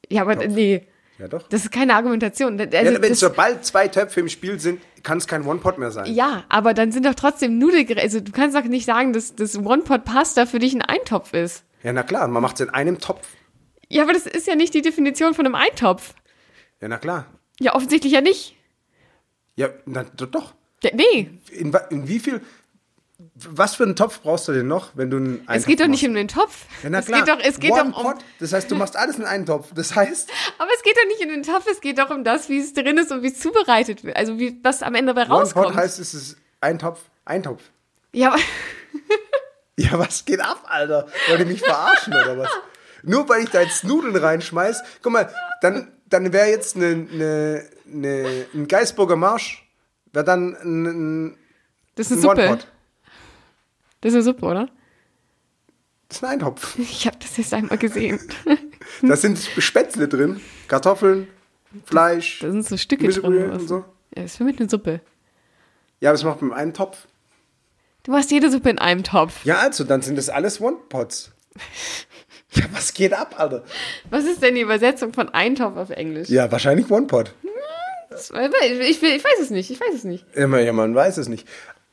Ja, aber nee, Ja doch. das ist keine Argumentation. Da- Also, ja, wenn das, sobald zwei Töpfe im Spiel sind, kann es kein One-Pot mehr sein. ja, aber dann sind doch trotzdem Nudelgerichte. Also du kannst doch nicht sagen, dass das One-Pot-Pasta für dich ein Eintopf ist. Ja, na klar, man macht es in einem Topf. Ja, aber das ist ja nicht die Definition von einem Eintopf. Ja, na klar. Ja, offensichtlich ja nicht. Ja, na, do- doch. Ja, nee, In, wa- in wie viel. Was für einen Topf brauchst du denn noch, wenn du einen Eintopf es geht doch nicht machst? um den Topf. Ja, na es klar. geht doch, es geht One doch um. Pot, das heißt, du machst alles in einen Topf. Das heißt, Aber es geht doch nicht in den Topf, es geht doch um das, wie es drin ist und wie es zubereitet wird. Also wie was am Ende dabei One rauskommt. Pot heißt, es ist ein Topf, ein Topf. ja, aber, Ja, was geht ab, Alter? Wollt ihr mich verarschen oder was? Nur weil ich da jetzt Nudeln reinschmeiß. Guck mal, dann, dann wäre jetzt ne, ne, ne, ein Geisburger Marsch, wäre dann ein, ein, ein das ist eine Suppe. One-Pot. Das ist eine Suppe, oder? Das ist ein Eintopf. Ich habe das jetzt einmal gesehen. Da sind Spätzle drin, Kartoffeln, Fleisch. Da sind so Stücke Gemüsebrühe drin. oder und was. so. Ja, das ist für mich eine Suppe. Ja, das macht man mit einem Topf. Du machst jede Suppe in einem Topf. Ja, also, dann sind das alles One-Pots. Ja, was geht ab, Alter? Was ist denn die Übersetzung von Eintopf auf Englisch? Ja, wahrscheinlich One-Pot. Das- Ich, will- ich weiß es nicht, ich weiß es nicht. Ja, man- ja, man weiß es nicht.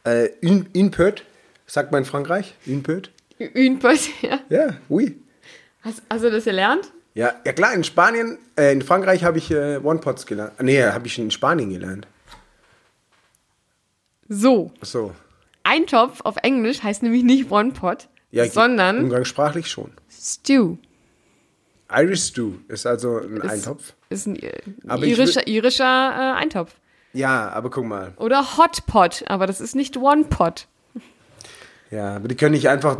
Äh, une, une peut, sagt man in Frankreich. Une peut. Une Pause, ja. Ja, oui. Hast, hast du das gelernt? Ja, ja klar, in Spanien, äh, in Frankreich habe ich äh, One-Pots gelernt. Nee, habe ich in Spanien gelernt. So, So. Eintopf auf Englisch heißt nämlich nicht One Pot, Ja, ge- sondern Umgangssprachlich schon. Stew. Irish Stew ist also ein Eintopf. Ist ein äh, Aber ich irischer, irischer äh, Eintopf. Ja, aber guck mal. Oder Hot Pot, aber das ist nicht One Pot. Ja, aber die können nicht einfach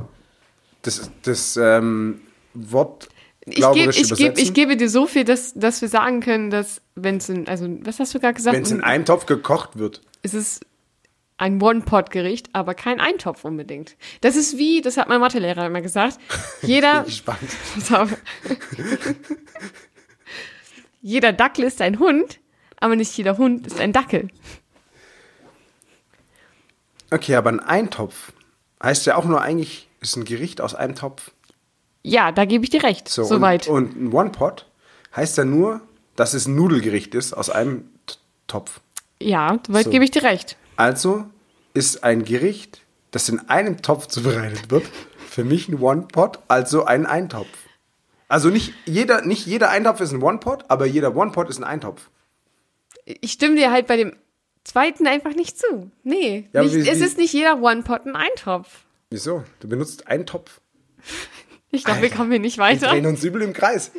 das, das ähm, Wort Ich, geb, ich, geb, übersetzen. ich gebe dir so viel, dass, dass wir sagen können, dass, wenn es in, also, was hast du gerade gesagt? Wenn es in einem Topf gekocht wird. es ist ein One-Pot-Gericht, aber kein Eintopf unbedingt. Das ist wie, das hat mein Mathelehrer immer gesagt, jeder, Bin ich gespannt. pass auf. jeder Dackel ist ein Hund, aber nicht jeder Hund ist ein Dackel. Okay, aber ein Eintopf heißt ja auch nur eigentlich, ist ein Gericht aus einem Topf. Ja, da gebe ich dir recht, So, soweit. Und, und ein One-Pot heißt ja nur, dass es ein Nudelgericht ist aus einem T Topf. ja, soweit So. gebe ich dir recht. Also ist ein Gericht, das in einem Topf zubereitet wird, für mich ein One-Pot, also ein Eintopf. Also nicht jeder, nicht jeder Eintopf ist ein One-Pot, aber jeder One-Pot ist ein Eintopf. Ich stimme dir halt bei dem zweiten einfach nicht zu. Nee, Ja, aber nicht, wie- es wie- ist nicht jeder One-Pot ein Eintopf. Wieso? Du benutzt einen Topf. Ich glaube, wir Alter, kommen hier nicht Wir weiter. drehen uns übel im Kreis.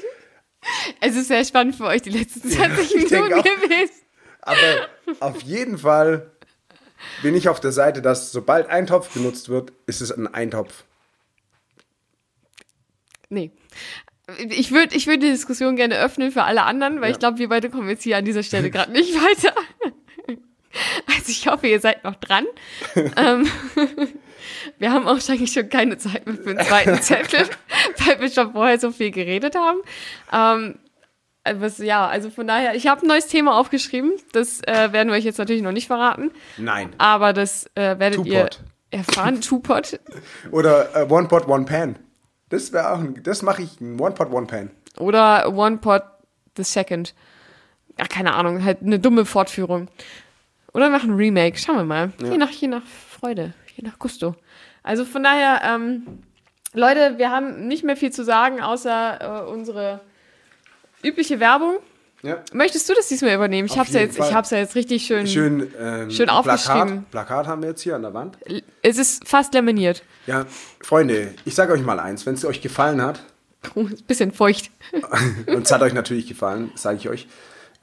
Es ist sehr spannend für euch die letzten 20 Minuten denke auch. gewesen. Aber auf jeden Fall bin ich auf der Seite, dass sobald ein Topf genutzt wird, ist es ein Eintopf. Nee. Ich würde ich würd die Diskussion gerne öffnen für alle anderen, weil Ja. ich glaube, wir beide kommen jetzt hier an dieser Stelle gerade nicht weiter. Also ich hoffe, ihr seid noch dran. ähm, wir haben auch wahrscheinlich schon keine Zeit mehr für den zweiten Zettel, weil wir schon vorher so viel geredet haben. Ähm, was, ja, also von daher, ich habe ein neues Thema aufgeschrieben. Das äh, werden wir euch jetzt natürlich noch nicht verraten. Nein. Aber das äh, werdet ihr Two-Pot. erfahren. Two-Pot. Oder äh, One Pot, One Pan. Das wäre auch ein, das mache ich ein One Pot, One Pan. Oder One Pot The Second. Ach, keine Ahnung, halt eine dumme Fortführung. Oder nach einem Remake, schauen wir mal. Ja. Je, nach, je nach Freude, je nach Gusto. Also von daher, ähm, Leute, wir haben nicht mehr viel zu sagen, außer äh, unsere übliche Werbung. Ja. Möchtest du das diesmal übernehmen? Ich Auf hab's ja jeden jetzt, Fall. ich hab's ja jetzt richtig schön. Schön, ähm, Schön aufgeschrieben. Plakat, Plakat haben wir jetzt hier an der Wand. Es ist fast laminiert. Ja, Freunde, ich sage euch mal eins, wenn es euch gefallen hat, Oh, ist ein bisschen feucht. und es hat euch natürlich gefallen, sage ich euch,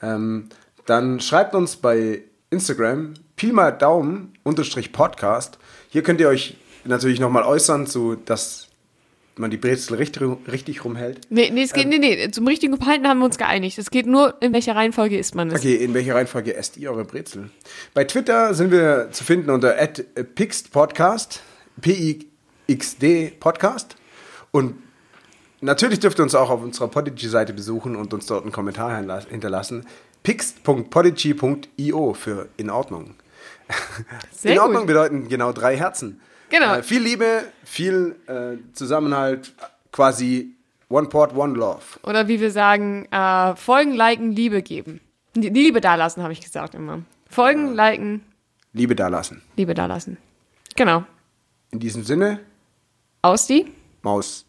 ähm, dann schreibt uns bei Instagram Pi mal Daumen unterstrich Podcast. Hier könnt ihr euch natürlich nochmal äußern, so dass man die Brezel richtig, richtig rumhält. Nee, nee, es Ähm. geht, nee, nee, zum richtigen Verhalten haben wir uns geeinigt. Es geht nur, in welcher Reihenfolge isst man es. Okay, in welcher Reihenfolge esst ihr eure Brezel? Bei Twitter sind wir zu finden unter @pixpodcast, P I X D Podcast und Natürlich dürft ihr uns auch auf unserer Podigy-Seite besuchen und uns dort einen Kommentar hinla- hinterlassen. pixt.podigy.io für in Ordnung. Sehr in gut. Ordnung bedeuten genau drei Herzen. Genau. Äh, viel Liebe, viel äh, Zusammenhalt, quasi One Port, One Love. Oder wie wir sagen, äh, folgen, liken, Liebe geben. Die die Liebe dalassen, habe ich gesagt immer. Folgen, liken, Liebe dalassen. Liebe dalassen. Genau. In diesem Sinne, Aus die. Maus.